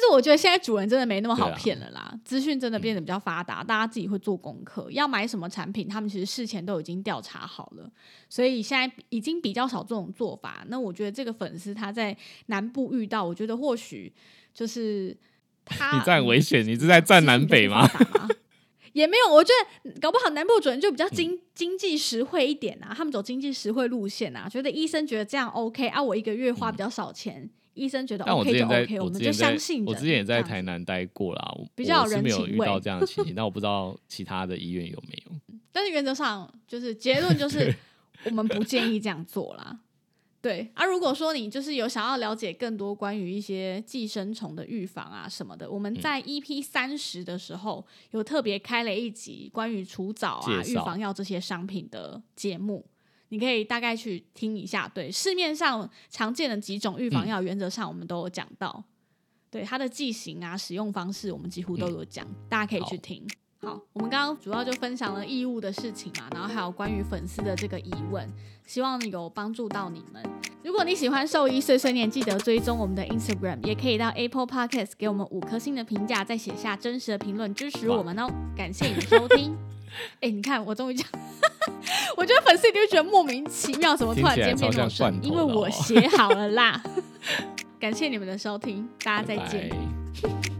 [SPEAKER 3] 是我觉得现在主人真的没那么好
[SPEAKER 2] 对啊嗯
[SPEAKER 3] 骗了啦，资讯真的变得比较发达，大家自己会做功课，要买什么产品，他们其实事前都已经调查好了，所以现在已经比较少这种做法。那我觉得这个粉丝他在南部遇到，我觉得或许就是他
[SPEAKER 2] 你这样危险，你是在占南北吗？？
[SPEAKER 3] 资讯比较发达也没有，我觉得搞不好南部主人就比
[SPEAKER 2] 嗯
[SPEAKER 3] 较经、经济实惠一点啊，他们走经济实惠路线啊，觉得医生觉得这样 OK 啊，我一个月花比较少钱，医生觉得
[SPEAKER 2] 嗯但我之
[SPEAKER 3] OK 就
[SPEAKER 2] 前在
[SPEAKER 3] OK，，
[SPEAKER 2] 我
[SPEAKER 3] 们
[SPEAKER 2] 之
[SPEAKER 3] 就
[SPEAKER 2] 前在
[SPEAKER 3] 相信，
[SPEAKER 2] 我
[SPEAKER 3] 人
[SPEAKER 2] 之前也
[SPEAKER 3] 这
[SPEAKER 2] 在
[SPEAKER 3] 样
[SPEAKER 2] 台南待过啦，我
[SPEAKER 3] 比较
[SPEAKER 2] 我
[SPEAKER 3] 有
[SPEAKER 2] 是没
[SPEAKER 3] 人
[SPEAKER 2] 有
[SPEAKER 3] 情
[SPEAKER 2] 遇到
[SPEAKER 3] 味
[SPEAKER 2] 这样的情形，但我不知道其他的医院有没 有。
[SPEAKER 3] 但是原则上就是结 论就是我们不建议这样做啦。对啊，如果说你就是有想要了解更多关于一些寄生虫的预防啊什么的，我
[SPEAKER 2] 嗯
[SPEAKER 3] 们在 EP 三十的时候有特别开了一集关于除藻啊、
[SPEAKER 2] 介
[SPEAKER 3] 预
[SPEAKER 2] 绍
[SPEAKER 3] 防药这些商品的节目，你可以大概去听一下。对，市面上常见的几种预
[SPEAKER 2] 嗯
[SPEAKER 3] 防药，原则上我们都有讲到，对它的剂型啊、使用方式，我们几乎都有讲，大家可以去
[SPEAKER 2] 嗯好
[SPEAKER 3] 听。好，我们刚刚主要就分享了义务的事情嘛，然后还有关于粉丝的这个疑问，希望有帮助到你们。如果你喜欢兽医碎碎念，记得追踪我们的 Instagram，也可以到 Apple Podcast 给我们五颗星的评价，再写下真实的评论支持我们 哦。感谢你的收听。 哎、你看，我终于讲， 我觉得粉丝一定会觉得莫名其妙，怎么突然间变那种声音？因
[SPEAKER 2] 听起来超像罐头
[SPEAKER 3] 为
[SPEAKER 2] 的哦
[SPEAKER 3] 啊我 写好了啦。感谢你们的收听，大家再见。
[SPEAKER 2] 拜拜